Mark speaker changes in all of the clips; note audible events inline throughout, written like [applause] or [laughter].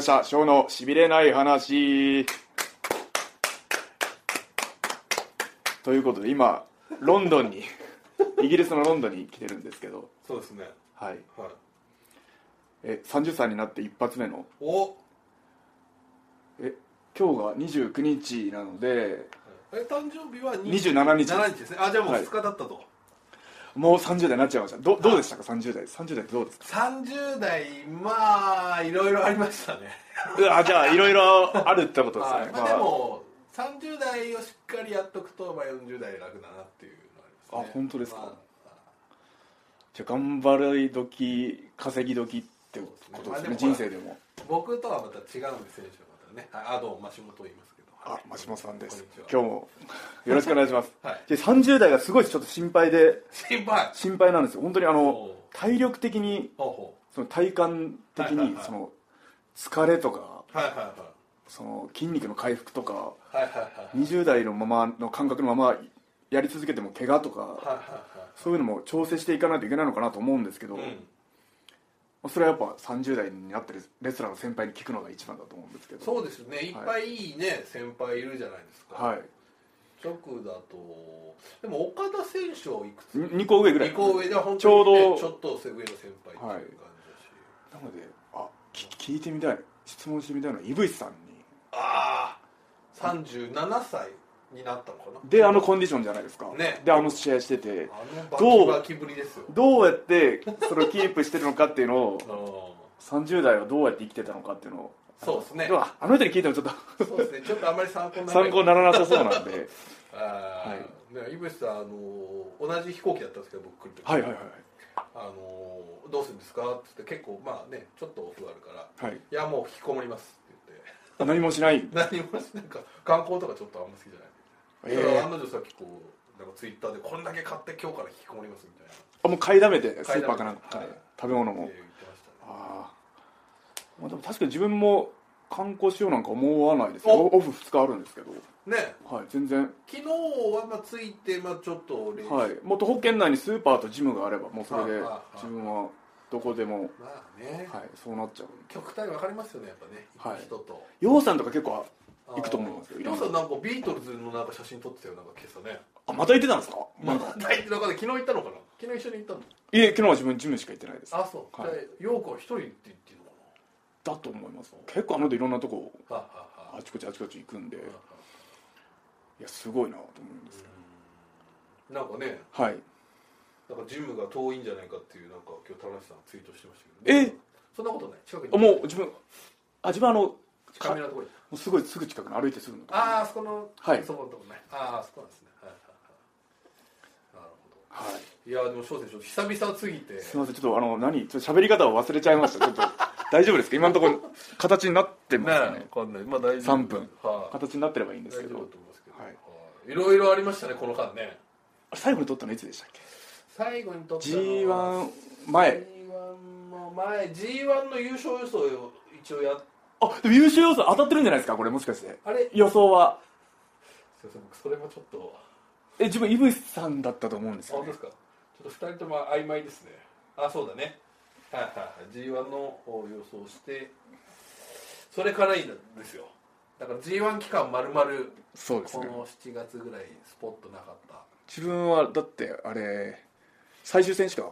Speaker 1: 社小のしびれない話ということで今ロンド [laughs] ンにイギリスのロンドンに来てるんですけど、
Speaker 2: そうですね
Speaker 1: はい、
Speaker 2: はい
Speaker 1: え30歳になって一発目の
Speaker 2: お
Speaker 1: え今日が29日なので
Speaker 2: え誕生日は
Speaker 1: 27日です
Speaker 2: 7日ですねあじゃあもう
Speaker 1: はい
Speaker 2: 2日だったと、
Speaker 1: もう30代になっちゃいましたどどうでしたか30代30代ってどうですか
Speaker 2: 30代まあいろいろありましたね、
Speaker 1: うわじゃあいろいろあるってことですね、
Speaker 2: はいまあ、でも30代をしっかりやっとくと、まあ、40代楽だなっていうのはありますね
Speaker 1: あ本当ですか
Speaker 2: ま
Speaker 1: じゃあ頑張り時稼ぎ時ってことですね
Speaker 2: まあでも
Speaker 1: 人生でも
Speaker 2: あ僕とはまた違うんで選手はまたねはいあどうもマシモと言いますけど
Speaker 1: あ
Speaker 2: はい
Speaker 1: 真島さんです
Speaker 2: こんにち
Speaker 1: 今日もよろしくお願いします、
Speaker 2: [laughs] はい
Speaker 1: で30代がすごいちょっと心配で
Speaker 2: 心配
Speaker 1: 心配なんですよ本当にあの
Speaker 2: おう
Speaker 1: 体力的に
Speaker 2: ほうほ
Speaker 1: その体感的
Speaker 2: はいはい
Speaker 1: に
Speaker 2: はい
Speaker 1: その疲れとか
Speaker 2: うはいはいはい
Speaker 1: その筋肉の回復とか
Speaker 2: はいはいはい
Speaker 1: 20代のままの感覚のままやり続けても怪我とか
Speaker 2: はいはいはい
Speaker 1: そういうのも調整していかないといけないのかなと思うんですけど、
Speaker 2: うん、
Speaker 1: それはやっぱ30代になってるレスラーの先輩に聞くのが一番だと思うんですけど
Speaker 2: そうですねいっぱいいいね、先輩いるじゃないですか、
Speaker 1: はい
Speaker 2: 直だとでも岡田選手をいくつ
Speaker 1: 2個上ぐらい
Speaker 2: 二個上で本
Speaker 1: ちょう
Speaker 2: 当に、ね、
Speaker 1: ど
Speaker 2: ちょっと上の先輩っていう感じだし、
Speaker 1: なのであき聞いてみたい質問してみたいのは井渕さんに
Speaker 2: ああ37歳になったのかな
Speaker 1: であのコンディションじゃないですか、
Speaker 2: ね
Speaker 1: であの試合してて
Speaker 2: あの
Speaker 1: どう
Speaker 2: バキバキぶりですよ
Speaker 1: どうやってそれをキープしてるのかっていうのを
Speaker 2: う
Speaker 1: 30代はどうやって生きてたのかっていうのを
Speaker 2: んそうですね
Speaker 1: ではあの人に聞いてもちょっ [laughs] と
Speaker 2: そうですねちょっとあんまり参考にならない
Speaker 1: 参考にならなさそうなんで
Speaker 2: あーね井渕さんあの同じ飛行機だったんですけど僕来る時
Speaker 1: はいはいは
Speaker 2: あのどうするんですかって言って結構まあねちょっとオフがあるから
Speaker 1: いはい
Speaker 2: いやもう引きこもりますって言って
Speaker 1: あ何もしない
Speaker 2: 何もしなんか観光とかちょっとあんま好きじゃない
Speaker 1: ええ
Speaker 2: だから案の定さっきこうなんかツイッターでこんだけ買って今日から引きこもりますみたいな
Speaker 1: あもう買いだめてス
Speaker 2: 買い
Speaker 1: ー
Speaker 2: だめて
Speaker 1: パーかなんかで、
Speaker 2: はい
Speaker 1: 食べ物も、
Speaker 2: って言ってましたね
Speaker 1: ああまあでも確かに自分も観光しようなんか思わないですよ
Speaker 2: お
Speaker 1: オフ2日あるんですけど
Speaker 2: ね
Speaker 1: はい全然
Speaker 2: 昨日はまあついてまあちょっと練習、
Speaker 1: はいもっと保険内にスーパーとジムがあればもうそれで
Speaker 2: はいはい
Speaker 1: 自分はどこでも
Speaker 2: まあね、
Speaker 1: はいそうなっちゃう
Speaker 2: 極端分かりますよねやっぱね行
Speaker 1: はい
Speaker 2: く人と、
Speaker 1: ようさんとか結構行くと思いますよ
Speaker 2: よりょうさんなんかビートルズのなんか写真撮ってたよなんか今朝ね
Speaker 1: あまた行ってたんですか
Speaker 2: ま
Speaker 1: なん
Speaker 2: あ
Speaker 1: か
Speaker 2: [laughs] 大体の中で昨日行ったのかな昨日一緒に行ったの
Speaker 1: いえ昨日は自分ジムしか行ってないです
Speaker 2: あそう、
Speaker 1: はい
Speaker 2: じゃあ陽子は一人って言っていいのか
Speaker 1: だと思います結構あの人いろんなとこ
Speaker 2: なははは
Speaker 1: あちこちあちこち行くんで
Speaker 2: ははい
Speaker 1: やすごいなと思うんですけ
Speaker 2: うんなんかね
Speaker 1: どはい
Speaker 2: なんかジムが遠いんじゃないかっていうなんか今日田中さんツイートしてましたけど、
Speaker 1: え
Speaker 2: そんなことない近くに
Speaker 1: あもう自分あ自分あの
Speaker 2: 近めのところに
Speaker 1: もうすごいすぐ近くの歩いてすぐのところ
Speaker 2: ああそこの、
Speaker 1: はい
Speaker 2: そこのとこねああそこなんですねはいはいはいなるほ
Speaker 1: はい
Speaker 2: どいやーでも翔選手久々すぎて
Speaker 1: すみません、ちょっとあの何、ちょっと喋り方を忘れちゃいました。ちょっと [laughs] 大丈夫ですか？今のところ形になってますかね。
Speaker 2: わかんないまあ大
Speaker 1: 三分
Speaker 2: はい、
Speaker 1: 形になってればいいんで
Speaker 2: 大
Speaker 1: す
Speaker 2: 丈
Speaker 1: け
Speaker 2: 夫だ
Speaker 1: ど
Speaker 2: と、思いますけど、
Speaker 1: はい
Speaker 2: はい、いろいろありましたねこの間ね
Speaker 1: 最後に撮ったのいつでしたっけ
Speaker 2: 最後にとったのは
Speaker 1: ？G1 前。
Speaker 2: G1 の前 G1 の優勝予想を一応やっ
Speaker 1: あ、でも優勝予想当たってるんじゃないですか？これもしかして。
Speaker 2: あれ
Speaker 1: 予想は
Speaker 2: すいません僕それもちょっと
Speaker 1: え自分イブシさんだったと思うんです
Speaker 2: あ
Speaker 1: よ、
Speaker 2: 本当
Speaker 1: ね
Speaker 2: です。かちょっと2人とも曖昧ですねあそうだねはいはいはい G1 の方を予想してそれからいいんですよだから G1 期間まるまる
Speaker 1: そうです
Speaker 2: こ
Speaker 1: ね。
Speaker 2: の7月ぐらいスポットなかった
Speaker 1: 自分はだってあれ最終戦しか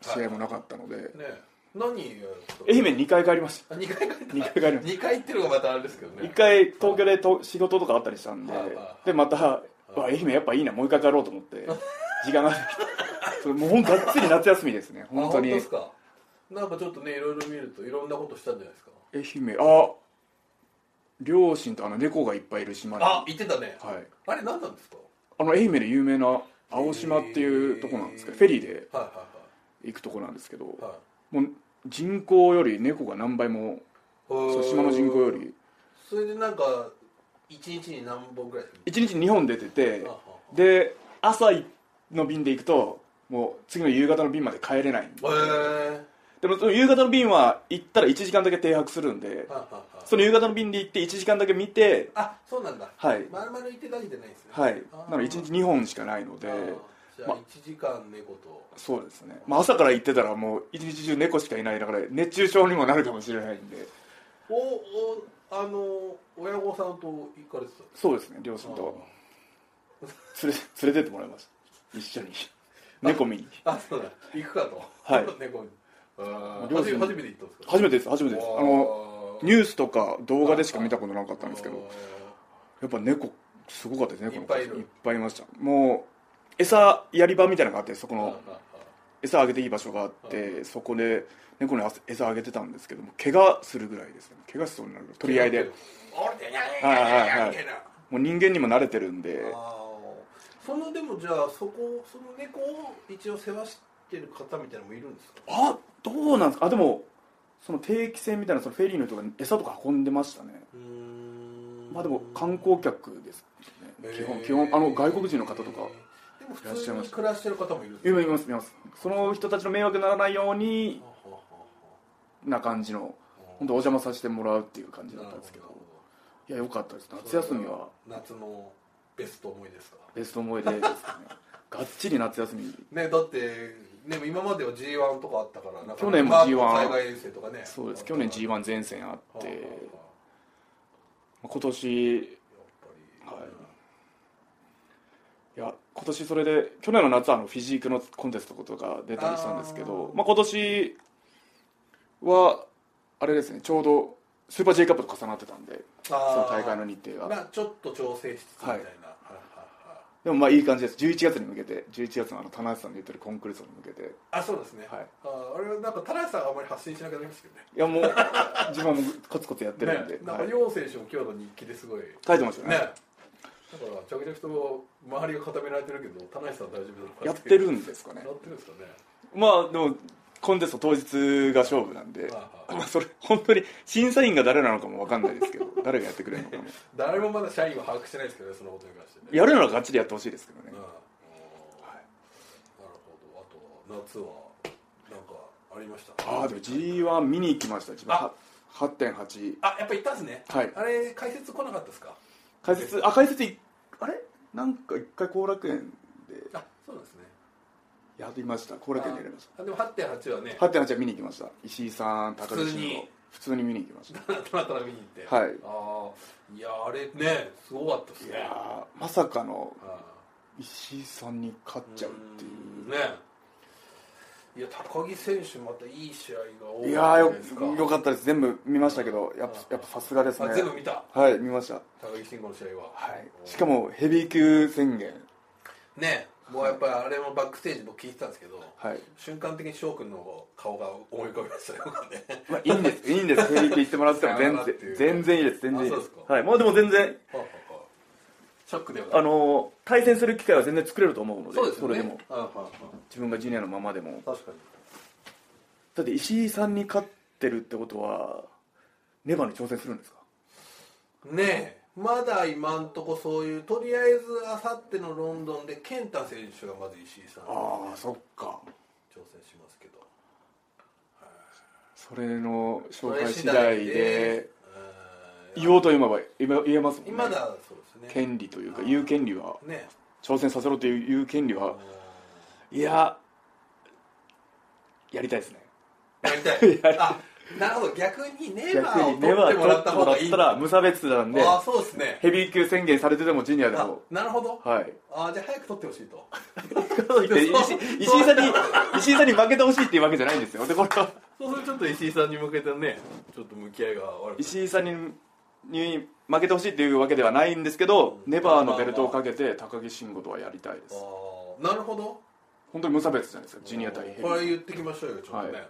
Speaker 1: 試合もなかったので、
Speaker 2: ねえ何やった
Speaker 1: 愛媛2回帰りました。
Speaker 2: 2回帰
Speaker 1: 2回帰りました。
Speaker 2: 2回行ってるのがまたあれですけどね
Speaker 1: 一回東京でと仕事とかあったりしたんで
Speaker 2: はいはい
Speaker 1: でまたうわ愛媛やっぱいいなもう一回帰ろうと思って時間が [laughs] それもうほんがっつり夏休みですね
Speaker 2: あ
Speaker 1: 本当に
Speaker 2: で
Speaker 1: 愛
Speaker 2: すかなんかちょっとねいろいろ見るといろんなことしたんじゃないですか
Speaker 1: 媛あ両親とあの猫がいっぱいいる島に
Speaker 2: あ言ってたね、
Speaker 1: はい、
Speaker 2: あれ何なんですか
Speaker 1: あの愛媛で有名な青島っていうとこなんですけど、
Speaker 2: へー
Speaker 1: フェリーで
Speaker 2: はいは
Speaker 1: 行くとこなんですけど、
Speaker 2: いはいはい
Speaker 1: もう人口より猫が何倍もそう島の人口より
Speaker 2: それでなんか一日に何本ぐらいす
Speaker 1: 1
Speaker 2: る
Speaker 1: 日2本出てて
Speaker 2: ああ
Speaker 1: で朝の便で行くともう次の夕方の便まで帰れないんで
Speaker 2: あへ
Speaker 1: でもその夕方の便は行ったら1時間だけ停泊するんで
Speaker 2: えはあはあはあ
Speaker 1: その夕方の便で行って1時間だけ見て
Speaker 2: あそうなんだ
Speaker 1: はい
Speaker 2: 丸々行ってたわけじゃないんですね
Speaker 1: はい
Speaker 2: あー
Speaker 1: なので1日2本しかないので
Speaker 2: あーじゃあ
Speaker 1: ま
Speaker 2: 1時間猫と
Speaker 1: そうですね、まあ、朝から行ってたらもう一日中猫しかいないだから熱中症にもなるかもしれないんで
Speaker 2: おおあの親御さんと行かれてたんです
Speaker 1: そうですね両親と連れ連れてってもらいました一緒に猫見に
Speaker 2: あそうだ行くかと
Speaker 1: はい
Speaker 2: 猫にあー
Speaker 1: 両
Speaker 2: 初め
Speaker 1: 親
Speaker 2: 初めて行ったんですか
Speaker 1: 初めてです初めてですあの
Speaker 2: の
Speaker 1: ニュースとか動画でしか見たことなかったんですけ
Speaker 2: あ
Speaker 1: どやっぱ猫すごかったですね
Speaker 2: いっぱいいる
Speaker 1: いっぱいいましたもう餌やり場みたいなのがあってそこ
Speaker 2: ー
Speaker 1: の餌あげていい場所があってそこで猫に餌あげてたんですけども怪我するぐらいですね怪我しそうになる取り合いで
Speaker 2: 俺でやれ
Speaker 1: はいはいはい
Speaker 2: やれやれみたいな
Speaker 1: もう人間にも慣れてるんで
Speaker 2: あーそのでもじゃあそこその猫を一応世話してる方みたいなのもいるんですか
Speaker 1: あどうなんですかあでもその定期船みたいなそのフェリーの人が餌とか運んでましたね
Speaker 2: うーん
Speaker 1: まあでも観光客ですね基本基本あの外国人の方とか
Speaker 2: でも
Speaker 1: いらっ
Speaker 2: 普
Speaker 1: し
Speaker 2: 通
Speaker 1: ゃいま
Speaker 2: に
Speaker 1: した
Speaker 2: 暮らしてる方もいるんです
Speaker 1: いますいますその人たちの迷惑にならないように
Speaker 2: はあはあは
Speaker 1: な感じの
Speaker 2: あはあ
Speaker 1: 本当お邪魔させてもらうっていう感じだったんですけど
Speaker 2: なるほ
Speaker 1: いや良かったです夏休みは
Speaker 2: 夏のベスト思いですか
Speaker 1: ベスト思い出ですかね [laughs] がっちり夏休み
Speaker 2: ねだってね今までは G1 とかあったからなかなか
Speaker 1: 去年も
Speaker 2: まあ
Speaker 1: G1
Speaker 2: 海外遠征とかね
Speaker 1: そうです去年
Speaker 2: っ
Speaker 1: G1 前線あって
Speaker 2: やっ
Speaker 1: 今年い
Speaker 2: ぱり、
Speaker 1: はいや今年それで去年の夏はあのフィジークのコンテストとか出たりしたんですけど
Speaker 2: あー
Speaker 1: まあ、今年はあれですねちょうどスーパー J カップと重なってたんで
Speaker 2: そ
Speaker 1: その大会の日程が
Speaker 2: まあちょっと調整しつつみたいな、
Speaker 1: はい
Speaker 2: はいはいはい
Speaker 1: でもまあいい感じです11月に向けて11月のあの棚橋さんの言ってるコンクルールに向けて
Speaker 2: あそうですね、
Speaker 1: はい
Speaker 2: あーあれはなんか田中さんがあまり発信しなくなりますけどね
Speaker 1: いやもう [laughs] 自分はもうコツコツやってるんで、
Speaker 2: ねなん
Speaker 1: は
Speaker 2: か
Speaker 1: い
Speaker 2: 楊選手も今日の日記ですごいね
Speaker 1: 書いてましたよ
Speaker 2: だ
Speaker 1: ね
Speaker 2: から着々と周りが固められてるけど田中さん大丈夫なのか
Speaker 1: やってる
Speaker 2: ん
Speaker 1: んですか
Speaker 2: や
Speaker 1: ね
Speaker 2: ってるんですかね
Speaker 1: まあでもコンテスト当日が勝負なんで
Speaker 2: ああ
Speaker 1: まあそれ本当に審査員が誰なのかも分かんないです [laughs] けど誰がやってくれるのかも
Speaker 2: 誰もまだ社員は把握してないですけどねそのことに関してね
Speaker 1: やるならがっちりやってほしいですけどね
Speaker 2: うん、うんなるほどあと夏はなんかありました
Speaker 1: ああでも G1 見に行きました自分
Speaker 2: あ
Speaker 1: 8.8
Speaker 2: あやっぱ行ったんですね
Speaker 1: はい
Speaker 2: あれ解説来なかったですか
Speaker 1: 解説あ解説いあれなんか一回後楽園で
Speaker 2: あそうなんですね
Speaker 1: やりました後楽園でやりまし
Speaker 2: あでも8.8はね
Speaker 1: た8.8は見に行きました石井さん高橋
Speaker 2: 普通に
Speaker 1: 慎吾普通に見に行きました
Speaker 2: たまたま見に行って
Speaker 1: はい
Speaker 2: ああいやあれねすごかったです
Speaker 1: い
Speaker 2: ね
Speaker 1: やーまさかの
Speaker 2: あ
Speaker 1: 石井さんに勝っちゃうってい
Speaker 2: ーねいや高木選手またいい試合が多
Speaker 1: ういや
Speaker 2: か
Speaker 1: ーよ
Speaker 2: ったじゃないです
Speaker 1: よかったです全部見ましたけどやっぱやっぱさすがですね
Speaker 2: あ全部見た
Speaker 1: はい見ました、
Speaker 2: 高木慎吾の試合は
Speaker 1: はい、しかもヘビー級宣言
Speaker 2: ねもうやっぱりあれもバックステージ僕聞いてたんですけど
Speaker 1: はい、
Speaker 2: 瞬間的に翔くんの顔が思い浮かびましたね僕はね
Speaker 1: まあ、いいんです [laughs] いいんですヘビー級行ってもらっても全
Speaker 2: さよならってい
Speaker 1: 然
Speaker 2: う
Speaker 1: 全然いいです全然いいで
Speaker 2: あそう
Speaker 1: す
Speaker 2: ですか
Speaker 1: はいまあでも全然
Speaker 2: はあはあはあショックではない
Speaker 1: あのー対戦する機会は全然作れると思うので
Speaker 2: そうですよね
Speaker 1: れでも
Speaker 2: はあはあは
Speaker 1: 自分がジュニアのままでも
Speaker 2: あ確かに
Speaker 1: だって石井さんに勝ってるってことはネバに挑戦するんですか
Speaker 2: ねえまだ今んとこそういうとりあえずあさってのロンドンで健太選手がまず石井さんに
Speaker 1: ああそっか
Speaker 2: 挑戦しますけど
Speaker 1: それの
Speaker 2: そ
Speaker 1: 紹
Speaker 2: れ
Speaker 1: 介次第で
Speaker 2: うん
Speaker 1: 言おうと今は言え言えますもんね
Speaker 2: 今だそうですね
Speaker 1: 権利というか言う権利は
Speaker 2: ね
Speaker 1: 挑戦させろという言う権利は
Speaker 2: う
Speaker 1: いややりたいですね
Speaker 2: [laughs] んやりたいあなるほど逆にネバ
Speaker 1: 逆
Speaker 2: ーを
Speaker 1: に
Speaker 2: 取
Speaker 1: ネ
Speaker 2: っ
Speaker 1: バ
Speaker 2: て
Speaker 1: ー
Speaker 2: もら
Speaker 1: 取っ
Speaker 2: ってた
Speaker 1: もら
Speaker 2: 方が
Speaker 1: っ
Speaker 2: いい
Speaker 1: たら無差別なんで
Speaker 2: ああそうですね
Speaker 1: ヘビー級宣言されててもジュニアで
Speaker 2: あ
Speaker 1: も
Speaker 2: なるほど
Speaker 1: はい
Speaker 2: あじゃあ早く取ってほしいと
Speaker 1: 石石井さんに石井さんに負けてほしいっていうわけじゃないんですよでこれは
Speaker 2: そうするとちょっと石井さんに向けてねちょっと向き合いが悪く
Speaker 1: 石井さんにに負けてほしいっていうわけではないんですけど、ネバーのベルトをかけて高木慎吾とはやりたいです
Speaker 2: ああなるほど
Speaker 1: 本当に無差別じゃないですかジュニア対ヘビ
Speaker 2: これ
Speaker 1: ー
Speaker 2: 言ってきましょうよちょっとね、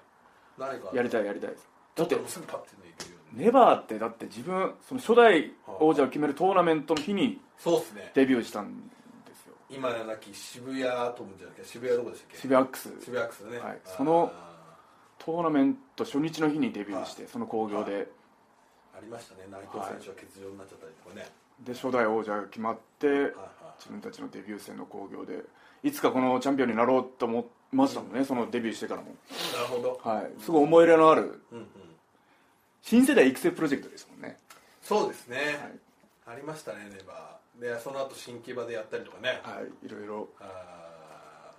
Speaker 2: 何か
Speaker 1: やりたいやりたいですだって
Speaker 2: もうすぐパッて抜いてるよね
Speaker 1: ネバーってだって自分その初代王者を決めるトーナメントの日に
Speaker 2: そうっすね
Speaker 1: デビューしたんですよ
Speaker 2: 今やなき渋谷トムじゃなくて渋谷どこでしたっけ
Speaker 1: シビアックス
Speaker 2: 渋谷アクスね
Speaker 1: はい
Speaker 2: あー
Speaker 1: そのトーナメント初日の日にデビューして、その興行で、
Speaker 2: ありましたね内藤選手が欠場になっちゃったりとかね、
Speaker 1: で初代王者が決まって、
Speaker 2: はいはい
Speaker 1: 自分たちのデビュー戦の興行でいつかこのチャンピオンになろうと思いましたもんね、そのデビューしてからも
Speaker 2: なるほど、
Speaker 1: はいすごい思い入れのある
Speaker 2: うんうん、
Speaker 1: 新世代育成プロジェクトですもんね
Speaker 2: そうですね、
Speaker 1: はい
Speaker 2: ありましたねネバーでその後新木場でやったりとかね、
Speaker 1: はいいろいろ
Speaker 2: あ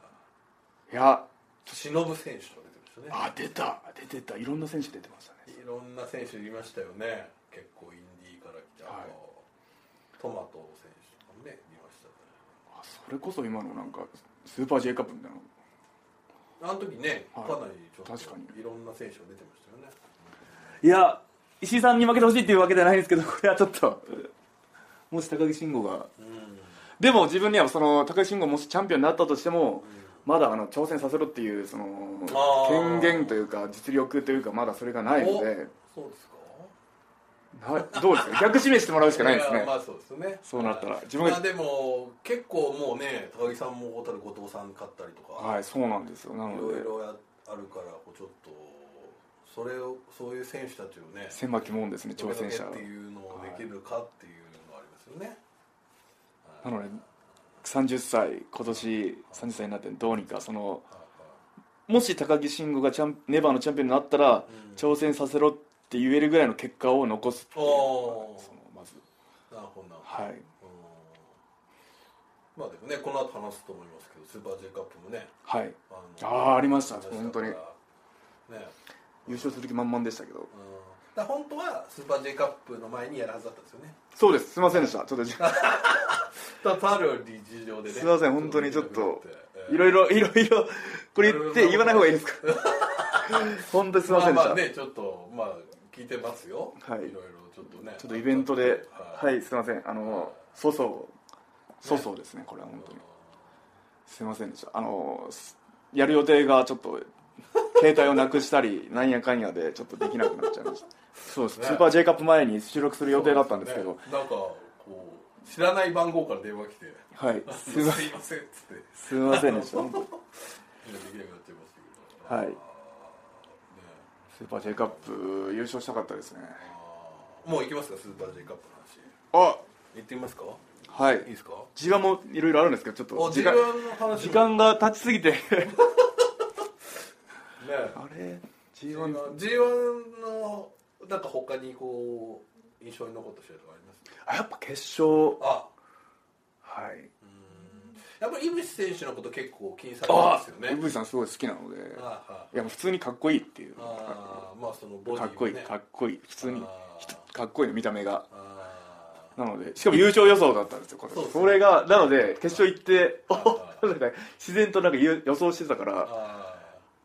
Speaker 1: いや
Speaker 2: ー忍選手とか出てましたね
Speaker 1: あ出た出てたいろんな選手出てましたね
Speaker 2: いろんな選手いましたよね結構インディーから来た、あ
Speaker 1: はい
Speaker 2: とトマト選手とかもねいましたね
Speaker 1: あそれこそ今のなんかスーパー J カップみたいな
Speaker 2: あの時ね、
Speaker 1: はい
Speaker 2: かなりちょっと
Speaker 1: 確かに
Speaker 2: いろんな選手が出てましたよね
Speaker 1: いや石井さんに負けてほしいっていうわけじゃないんですけどこれはちょっともし高木慎吾が
Speaker 2: うん
Speaker 1: でも自分にはその高木慎吾もしチャンピオンになったとしてもまだあの挑戦させろっていうその
Speaker 2: あー
Speaker 1: 権限というか実力というかまだそれがないので
Speaker 2: おそうですか
Speaker 1: はいどうですか逆指名してもらうしかないです
Speaker 2: や
Speaker 1: ね
Speaker 2: まあそうですね
Speaker 1: そうなったら
Speaker 2: はい
Speaker 1: 自分が
Speaker 2: まあでも結構もうね高木さんも小樽後藤さん勝ったりとか、
Speaker 1: はいそうなんですよなの
Speaker 2: いろ
Speaker 1: で
Speaker 2: いろやあるからこうちょっとそれをそういう選手たちをね
Speaker 1: 狭き門ですね挑戦者
Speaker 2: どれだけっていうのをできるかっていうのがありますよね、
Speaker 1: なので30歳今年30歳になってどうにかそのもし高木慎吾がチャンネバーのチャンピオンになったら、
Speaker 2: うん
Speaker 1: 挑戦させろって言えるぐらいの結果を残すっていう
Speaker 2: おー
Speaker 1: そのまず
Speaker 2: なるほどなるほど
Speaker 1: はい
Speaker 2: うんまあでもねこの後話すと思いますけどスーパー J カップもね
Speaker 1: はい
Speaker 2: あ
Speaker 1: あーありました
Speaker 2: 話から
Speaker 1: 本当に
Speaker 2: ね
Speaker 1: 優勝する気満々でしたけど
Speaker 2: うんだから本当はスーパー J カップの前にやるはずだったんですよね
Speaker 1: そうですすいませんでしたちょっとじ
Speaker 2: ただある理事情でね
Speaker 1: すいません本当にちょっと
Speaker 2: ちょっとできなくなって
Speaker 1: いろいろいろいろこれ言って言わない方がいいです
Speaker 2: [laughs]
Speaker 1: か本当にすいませんで
Speaker 2: ま
Speaker 1: した、
Speaker 2: あまあねちょっとまあ聞いてますよ
Speaker 1: はい
Speaker 2: いろいろちょっとね
Speaker 1: ちょっとイベントで
Speaker 2: い
Speaker 1: はいすいませんあの粗相粗相ですねこれは本当にすいませんでしたあのすやる予定がちょっと携帯をなくした [laughs] りなんやかんやでちょっとできなくなっちゃいましたそうです、
Speaker 2: ね
Speaker 1: スーパー J カップ前に収録する予定だったんですけど
Speaker 2: そうねなんかこう知らない番号から電話来て
Speaker 1: はい
Speaker 2: 「
Speaker 1: すいません
Speaker 2: いません」っつって
Speaker 1: すいませんでした本当に
Speaker 2: できなくなっちゃいましたけど
Speaker 1: はい
Speaker 2: あーね
Speaker 1: スーパー J カップ優勝したかったですね
Speaker 2: あーもう行きますかスーパー J カップの話
Speaker 1: あ
Speaker 2: 行ってみますか
Speaker 1: はい
Speaker 2: い
Speaker 1: い
Speaker 2: ですか
Speaker 1: 時間もいろいろあるんですけどちょっ
Speaker 2: お
Speaker 1: と
Speaker 2: 時
Speaker 1: 時
Speaker 2: 間
Speaker 1: 間
Speaker 2: の話
Speaker 1: 時間が経ちすぎて [laughs]
Speaker 2: ね
Speaker 1: あれ G1
Speaker 2: G1, G1 のなんか他にこう印象に残った試合とかあります
Speaker 1: あやっぱ決勝
Speaker 2: あ
Speaker 1: はい
Speaker 2: やっぱり井口選手のこと結構気にされてま
Speaker 1: あ
Speaker 2: すよ
Speaker 1: あ
Speaker 2: ね
Speaker 1: イブさんすごい好きなので
Speaker 2: あああ
Speaker 1: いやもう普通にかっこいいっていう
Speaker 2: ああまあそのボディ、ね、
Speaker 1: かっこいいかっこいい普通に
Speaker 2: あー
Speaker 1: かっこいいの見た目が
Speaker 2: ああ
Speaker 1: なのでしかも優勝予想だったんですよこれ
Speaker 2: そう
Speaker 1: そ
Speaker 2: そう
Speaker 1: れがなので決勝行って [laughs] お
Speaker 2: あ
Speaker 1: なんか自然となんか予予想してたから
Speaker 2: ああ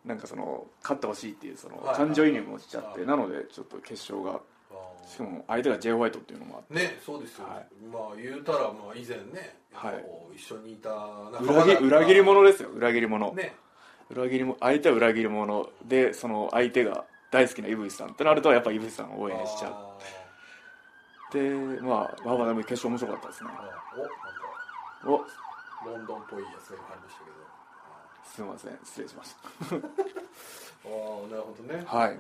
Speaker 1: なんかその勝ってほしいっていうその
Speaker 2: はいはい
Speaker 1: 感情移入もしちゃって
Speaker 2: あ
Speaker 1: なのでちょっと決勝が
Speaker 2: ああ
Speaker 1: しかも相手が J ホワイトっていうのもあって
Speaker 2: ねそうですよ、
Speaker 1: はい
Speaker 2: まあ言うたらまあ以前ね、
Speaker 1: はい
Speaker 2: やっぱこう一緒にいた仲
Speaker 1: 裏切裏切り
Speaker 2: も
Speaker 1: 者ですよ裏切り者、
Speaker 2: ね
Speaker 1: 裏切り者相手は裏切り者でその相手が大好きな井淵さんってなるとやっぱ井淵さんを応援しちゃう
Speaker 2: あ
Speaker 1: でまあ馬場でも決勝面白かったですね
Speaker 2: あああおな
Speaker 1: お
Speaker 2: んかロンドンっぽいやつが今入りましたけど
Speaker 1: すいません失礼しました
Speaker 2: ああなるほどね
Speaker 1: はい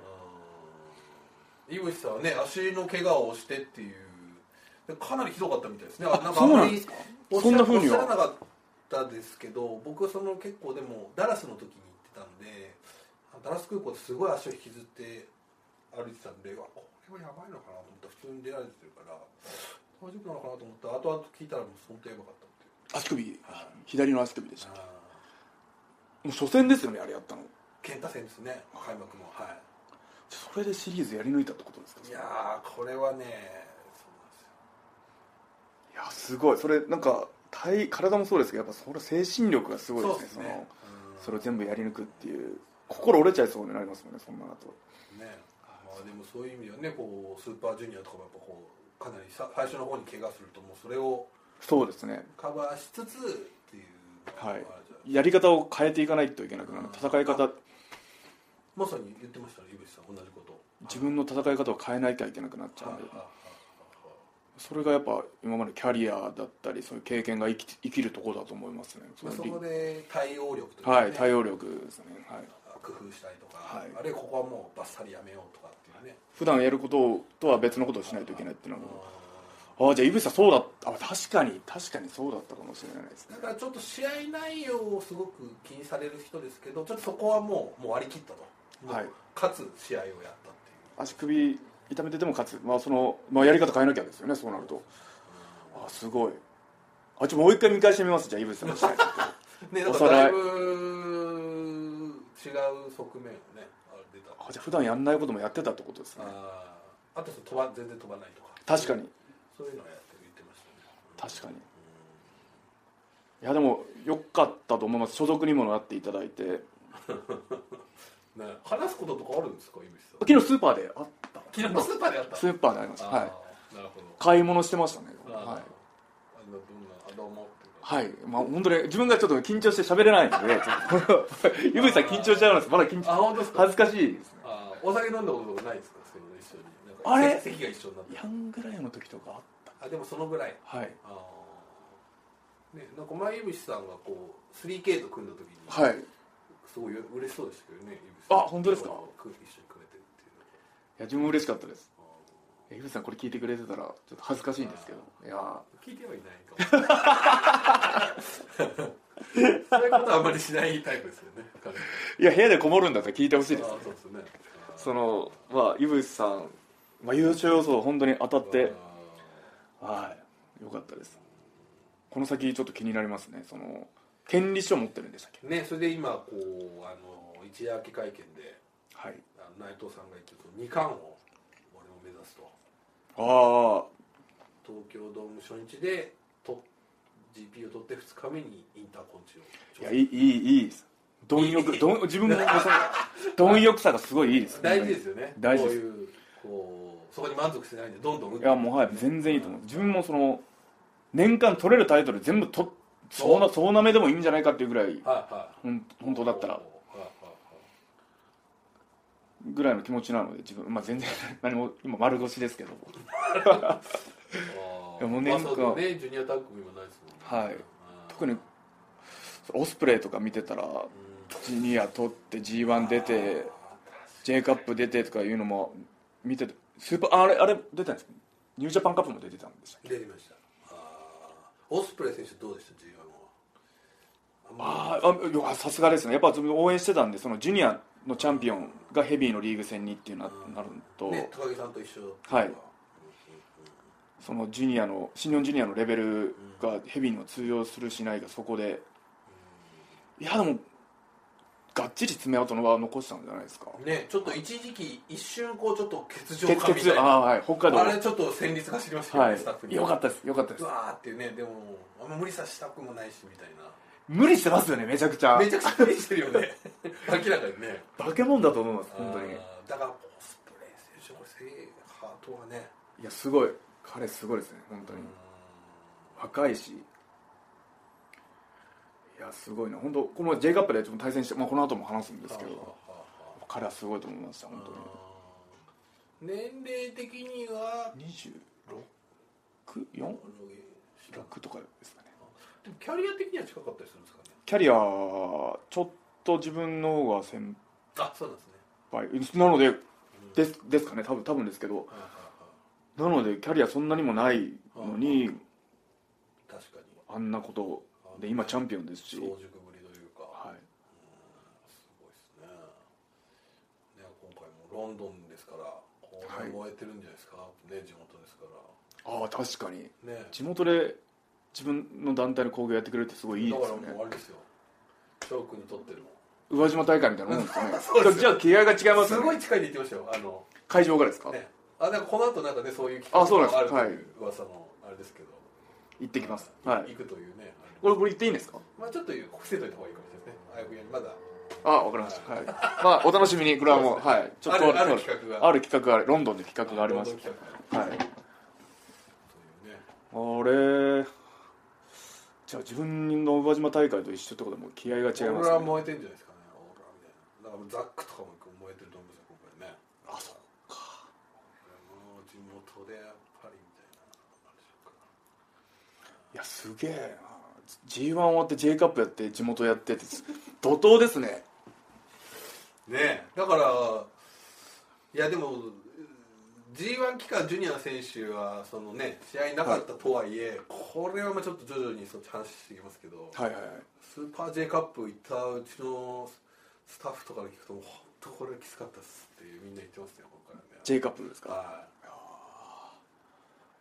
Speaker 2: うん井口さんはね足の怪我をしてっていうでかなりひどかったみたいですねあなんか
Speaker 1: そう
Speaker 2: あ
Speaker 1: なん
Speaker 2: ま
Speaker 1: で
Speaker 2: り
Speaker 1: すか
Speaker 2: おっしゃ
Speaker 1: そんな風には
Speaker 2: おっしゃらなかったですけど僕はその結構でもダラスの時に行ってたんでダラス空港ですごい足を引きずって歩いてたんでうわこれはやばいのかなと思った普通に出られてるから大丈夫なのかなと思った後々聞いたらもう本当やばかったってい
Speaker 1: 足
Speaker 2: う
Speaker 1: 首
Speaker 2: はい
Speaker 1: 左の足首でしたも
Speaker 2: あ
Speaker 1: う初戦ですよねあれやったの
Speaker 2: ー健太戦ですね開幕もはい
Speaker 1: それでシリーズやり抜いたってことですか
Speaker 2: いやーこれはねそうなんですよ
Speaker 1: いやすごいそれなんか体体もそうですけどやっぱそれ精神力がすごいですねそのそれを全部やり抜くっていう心折れちゃいそうになりますもんねそんなのだと
Speaker 2: うんねまあでもそういう意味ではねこうスーパージュニアとかもやっぱこうかなりさ最初の方に怪我するともうそれを
Speaker 1: そうですね
Speaker 2: カバーしつつっていうのが
Speaker 1: は
Speaker 2: あ
Speaker 1: い
Speaker 2: るじゃない
Speaker 1: やり方を変えていかないといけなくなる戦い方
Speaker 2: まさに言ってましたね井口さん同じこと
Speaker 1: 自分の戦い方を変えなきゃいけなくなっちゃうんでそれがやっぱ今までキャリアだったりそういう経験が生き生きるところだと思いますね
Speaker 2: まあ、そ
Speaker 1: のり
Speaker 2: こで対応力というか、ね
Speaker 1: はい対応力ですねはい
Speaker 2: 工夫したりとか、
Speaker 1: はい
Speaker 2: あるいはここはもうバッサリやめようとかっていうね
Speaker 1: 普段やることとは別のことをしないといけないっていうのもああじゃあ井口さんそうだったあ確かに確かにそうだったかもしれないですね
Speaker 2: だからちょっと試合内容をすごく気にされる人ですけどちょっとそこはもうもう割り切ったと、
Speaker 1: はい
Speaker 2: 勝つ試合をやったっていう
Speaker 1: 足首痛めてても勝つ、まあそのまあ、やり方変えなきゃですよねそうなるとあすごいあちょもう一回見返してみますじゃあ井渕さんの試合
Speaker 2: ね、だ
Speaker 1: お
Speaker 2: か
Speaker 1: さ
Speaker 2: ら
Speaker 1: らい
Speaker 2: だいぶ違う側面をねある出た
Speaker 1: あじゃあ普段やんないこともやってたってことですね
Speaker 2: あーあとその飛ば全然飛ばないとか
Speaker 1: 確かに
Speaker 2: そういうのをやってる言ってました
Speaker 1: 確
Speaker 2: ねに
Speaker 1: かにいやでもよかったと思います所属にもなっていただいて
Speaker 2: ね話すこととかあるんですか井口
Speaker 1: 昨日スーパーであ
Speaker 2: さん昨日スーパーでやった
Speaker 1: スーパーでありました
Speaker 2: あー
Speaker 1: はい
Speaker 2: なるほど
Speaker 1: 買い物してましたね
Speaker 2: あー
Speaker 1: はい
Speaker 2: あのどんなあどうもっていうか
Speaker 1: はい、まあ、本当に自分がちょっと緊張して喋れないので、ちょっと [laughs] ゆぶさん緊張しちゃうんです。まだ緊
Speaker 2: あ
Speaker 1: 張、
Speaker 2: 本当ですか
Speaker 1: 恥ずかしいですね。
Speaker 2: あーお酒飲んだことないですかそういうの一緒になんか
Speaker 1: あれ
Speaker 2: 席席が一緒になって
Speaker 1: ヤングライオンの時とかあっ
Speaker 2: あでもそのぐらい
Speaker 1: た。はい。
Speaker 2: あーねなんか前井口さんがこう 3K と組んだ時に
Speaker 1: はい。い
Speaker 2: すごい嬉しそうでしたけどね井口さん
Speaker 1: あ本当ですか
Speaker 2: 一緒に組めてるっていうのが
Speaker 1: や、自分も嬉しかったです。いやゆぶさんこれ聞いてくれてたら、ちょっと恥ずかしいんですけど。いやー
Speaker 2: 聞いてはいないかも [laughs] そういうことはあまりしないタイプですよね彼はい
Speaker 1: や、部屋でこもるんだったら聞いてほしいです
Speaker 2: あ。ーそうですね
Speaker 1: その、まあ、ゆぶさん、まあ、優勝予想本当に当たって、はい。よかったです。この先ちょっと気になりますね。その、権利書持ってるんでしたっけ
Speaker 2: あーねそれで今こうあの一夜明け会見で
Speaker 1: はい。
Speaker 2: あの内藤さんが言ってる2冠を俺も目指すと
Speaker 1: あ
Speaker 2: 東京ドーム初日でと GP を取って2日目にインターコンチを
Speaker 1: あ、いや、いい、いい、いいです。貪欲、どん自分も、その、貪欲さがすごいいいです。
Speaker 2: 大事ですよね
Speaker 1: 大事です
Speaker 2: こういうこうそこに満足してないんでどんどん打っ
Speaker 1: い
Speaker 2: て
Speaker 1: やもうはい全然いいと思う自分もその年間取れるタイトル全部とそうなそうなめでもいいんじゃないかっていうぐらい
Speaker 2: はいはい
Speaker 1: ほん本当だったら
Speaker 2: はいはいはい
Speaker 1: ぐらいの気持ちなので自分まあ全然何も今丸腰ですけど
Speaker 2: あ
Speaker 1: いやもうね
Speaker 2: ねまあそうだ
Speaker 1: なんか
Speaker 2: ねジュニアタッグも今ないですもんね
Speaker 1: はい
Speaker 2: うん
Speaker 1: 特にオスプレイとか見てたらジュニア取って g 1出て J カップ出てとかいうのも見ててスーパーあれあれ出たんですかニュージャパンカップも出てたんでしたっけ
Speaker 2: 出てましたあーオスプレイ選手どうでした G1
Speaker 1: あ
Speaker 2: は
Speaker 1: ーあいやさすがですねやっぱ自分応援してたんでそのジュニアのチャンピオンがヘビーのリーグ戦にっていうななると、
Speaker 2: ね高木さんと一緒
Speaker 1: はいそのジュニアの新日本ジュニアのレベルがヘビーにも通用するしないがそこでいやでもがっちり爪痕のは残したんじゃないですか
Speaker 2: ねちょっと一時期一瞬こうちょっと欠場
Speaker 1: 決
Speaker 2: 感みたい
Speaker 1: 決あ
Speaker 2: な
Speaker 1: あはい北海道
Speaker 2: あれちょっと戦慄が知りましたよねスタッフ
Speaker 1: はい
Speaker 2: に
Speaker 1: よかったですよかったです
Speaker 2: うわーっていうねでもあんま無理させたくもないしみたいな
Speaker 1: 無理してますよねめちゃくちゃ
Speaker 2: めちゃくちゃ無理してるよ
Speaker 1: [laughs]
Speaker 2: ね明らかにね
Speaker 1: 化け物だと思います本当に
Speaker 2: あーだからオスプレイ選手これせいハートはね
Speaker 1: いやすごい彼すごいですね本当に若いしいやすごいな本当この J カップでちょっと対戦して、まあ、この後も話すんですけど彼はすごいと思いました本
Speaker 2: 年齢的には
Speaker 1: 当に264とかですかね
Speaker 2: でもキャリア的には近かったりするんですかね
Speaker 1: キャリアちょっと自分の方が先
Speaker 2: あそうなんですね
Speaker 1: 輩なのでですですかね多分多分ですけどなのでキャリアそんなにもないのに
Speaker 2: 確かに
Speaker 1: あんなことで今チャンピオンですし、
Speaker 2: 早熟ぶりというか、
Speaker 1: はい、
Speaker 2: すごいですねね今回もロンドンですからこう
Speaker 1: はい
Speaker 2: 燃えてるんじゃないですか、ね地元ですから
Speaker 1: ああ確かに
Speaker 2: ね
Speaker 1: 地元で自分の団体の工業やってくれるってすごいいい
Speaker 2: だ
Speaker 1: で
Speaker 2: か
Speaker 1: す
Speaker 2: ら
Speaker 1: よね
Speaker 2: もうあれですよ翔くんにとっての
Speaker 1: 宇和島大会みたいなもんです [laughs] よね
Speaker 2: そうですよ
Speaker 1: じゃあ気合が違います
Speaker 2: す
Speaker 1: よね
Speaker 2: ごい近いで言ってましたよあの
Speaker 1: 会場からですか、
Speaker 2: ねあなんかこの後なんかねそういう
Speaker 1: あそうなんです
Speaker 2: あると
Speaker 1: はい
Speaker 2: いう噂のあれですけど
Speaker 1: 行ってきますはい
Speaker 2: 行くというねあの
Speaker 1: これこれ行っていいんですか
Speaker 2: まあちょっと伏せといた方がいいかもしれないですねああいうふうにまだ
Speaker 1: あわかりました、はい、まあお楽しみにこれはもうはいちょっと
Speaker 2: あるある
Speaker 1: そう
Speaker 2: 企画が
Speaker 1: ある企画があるロンドンで企画がありまし
Speaker 2: 労働企
Speaker 1: た
Speaker 2: 画
Speaker 1: はい
Speaker 2: とい
Speaker 1: あ
Speaker 2: うね
Speaker 1: れじゃあ自分の宇和島大会と一緒ってことはもう気合が違います、ね、
Speaker 2: 俺は燃えてるんじゃないですかねオーラみたいなだからもうザックとかも燃えてると思うんですよ今回ね
Speaker 1: あそう
Speaker 2: もう地元でやっぱりみたいななんでしょうか
Speaker 1: いやすげえな G1 終わって J カップやって地元やってって怒涛ですね
Speaker 2: ねえだからいやでも g 1期間ジュニアの選手はそのね試合なかったとはいえ、これはまあちょっと徐々にそっち話していきますけど、
Speaker 1: はいはいはい
Speaker 2: スーパー J カップ行ったうちのスタッフとかに聞くともう本当これきつかったっすっていうみんな言ってますねここからね
Speaker 1: J カップですか
Speaker 2: は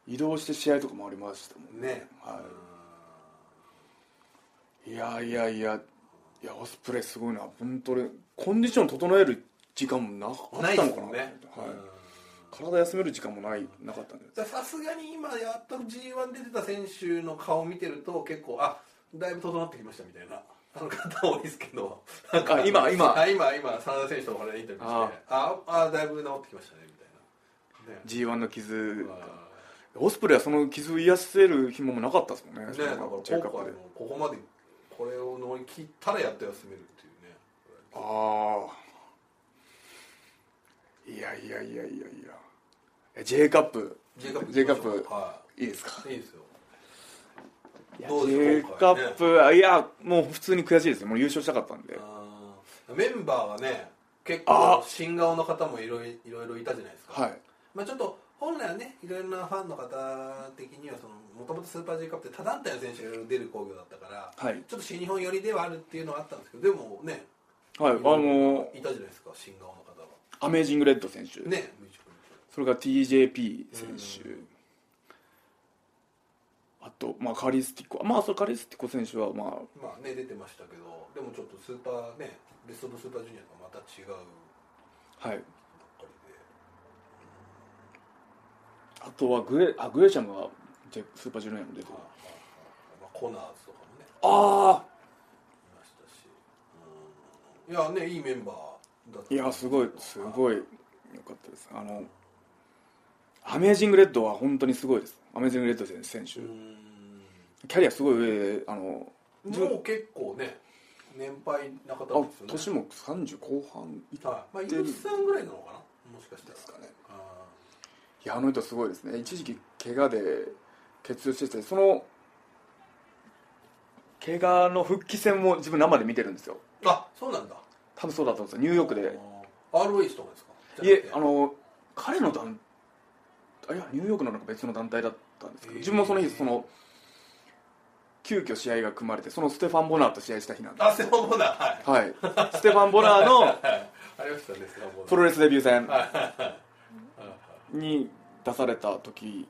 Speaker 1: 移動して試合とかもありましたもん
Speaker 2: いねえ、
Speaker 1: はいいやいやいやいやオスプレイすごいな本当にコンディション整える時間もなかったのか
Speaker 2: ない
Speaker 1: な
Speaker 2: ですもんね、
Speaker 1: はい
Speaker 2: うん
Speaker 1: 体休める時間もないなかったんで
Speaker 2: だからさすがに今やっと G1 出てた選手の顔見てると結構あだいぶ整ってきましたみたいなあの方多いですけどなんか
Speaker 1: あ今今
Speaker 2: あ今今真田選手とかでインタビューしてああだいぶ治ってきましたねみたいなね
Speaker 1: g 1の傷
Speaker 2: ま
Speaker 1: が
Speaker 2: あ
Speaker 1: オスプレイはその傷を癒せる暇もなかったですもんね
Speaker 2: ね
Speaker 1: その
Speaker 2: だから今
Speaker 1: チェ
Speaker 2: 回
Speaker 1: ックア
Speaker 2: も
Speaker 1: ップで
Speaker 2: ここまでこれを乗り切ったらやっと休めるっていうね
Speaker 1: ああいやいやいやいやいやえ J カップ
Speaker 2: J カップ
Speaker 1: J カップ
Speaker 2: はい
Speaker 1: いですか
Speaker 2: いいいですよ
Speaker 1: いや
Speaker 2: どう
Speaker 1: J
Speaker 2: です
Speaker 1: カ
Speaker 2: か今回ね
Speaker 1: ップ、あいやもう普通に悔しいですよもう優勝したかったんで
Speaker 2: あーメンバーがね結
Speaker 1: あ
Speaker 2: 構新顔の方もいろいいろいろいたじゃないですか、
Speaker 1: はい
Speaker 2: まあ、ちょっと本来はねいろいろなファンの方的にはもともとスーパー J カップって他団体の選手がいろいろ出る工業だったから、
Speaker 1: はい
Speaker 2: ちょっと新日本寄りではあるっていうのはあったんですけどでもね
Speaker 1: はいあ
Speaker 2: いろい
Speaker 1: の
Speaker 2: ろいたじゃないですか新顔の方が
Speaker 1: アメージングレッド選手、
Speaker 2: ねミュージックビデオ
Speaker 1: それから TJP 選手、あと、まあ、カリスティコまあそれカリスティコ選手はまあ
Speaker 2: まあね出てましたけどでもちょっとスーパーねベスト・オブ・スーパージュニアとはまた違うば
Speaker 1: は
Speaker 2: っ
Speaker 1: い
Speaker 2: かりで
Speaker 1: あとはグレあグレシャムがジェスーパージュニアにも出てる
Speaker 2: まあまあコナーズとかもね
Speaker 1: あ
Speaker 2: いましたしうんいやねいいメンバーだった
Speaker 1: あいやすごいす
Speaker 2: い
Speaker 1: ごいよかったですあのアメージングレッドは本当にすごいですアメージングレッド選手、
Speaker 2: うん
Speaker 1: キャリアすごい上であの自分
Speaker 2: もう結構ね年配な
Speaker 1: あ
Speaker 2: 方ですよね
Speaker 1: 年も30後半いた
Speaker 2: はいまあ井口さんぐらいなのかなもしかしたら
Speaker 1: ですかね
Speaker 2: あ
Speaker 1: いやあの人すごいですね一時期怪我で欠場しててその怪我の復帰戦も自分生で見てるんですよ
Speaker 2: ーあそうなんだ
Speaker 1: 多分そうだと思うんですよニューヨークで
Speaker 2: あー ROH とかですか
Speaker 1: いえあ
Speaker 2: の
Speaker 1: の彼の団あいやニューヨークのなんか別の団体だったんですけど、
Speaker 2: へえ
Speaker 1: 自分もその日その急遽試合が組まれてそのステファン・ボナーと試合した日なんで
Speaker 2: あセボンボナーはい
Speaker 1: すはいステファン・ボナーの
Speaker 2: ありましたねセボンボナー
Speaker 1: プロレスデビュー戦
Speaker 2: はいはい
Speaker 1: に出された時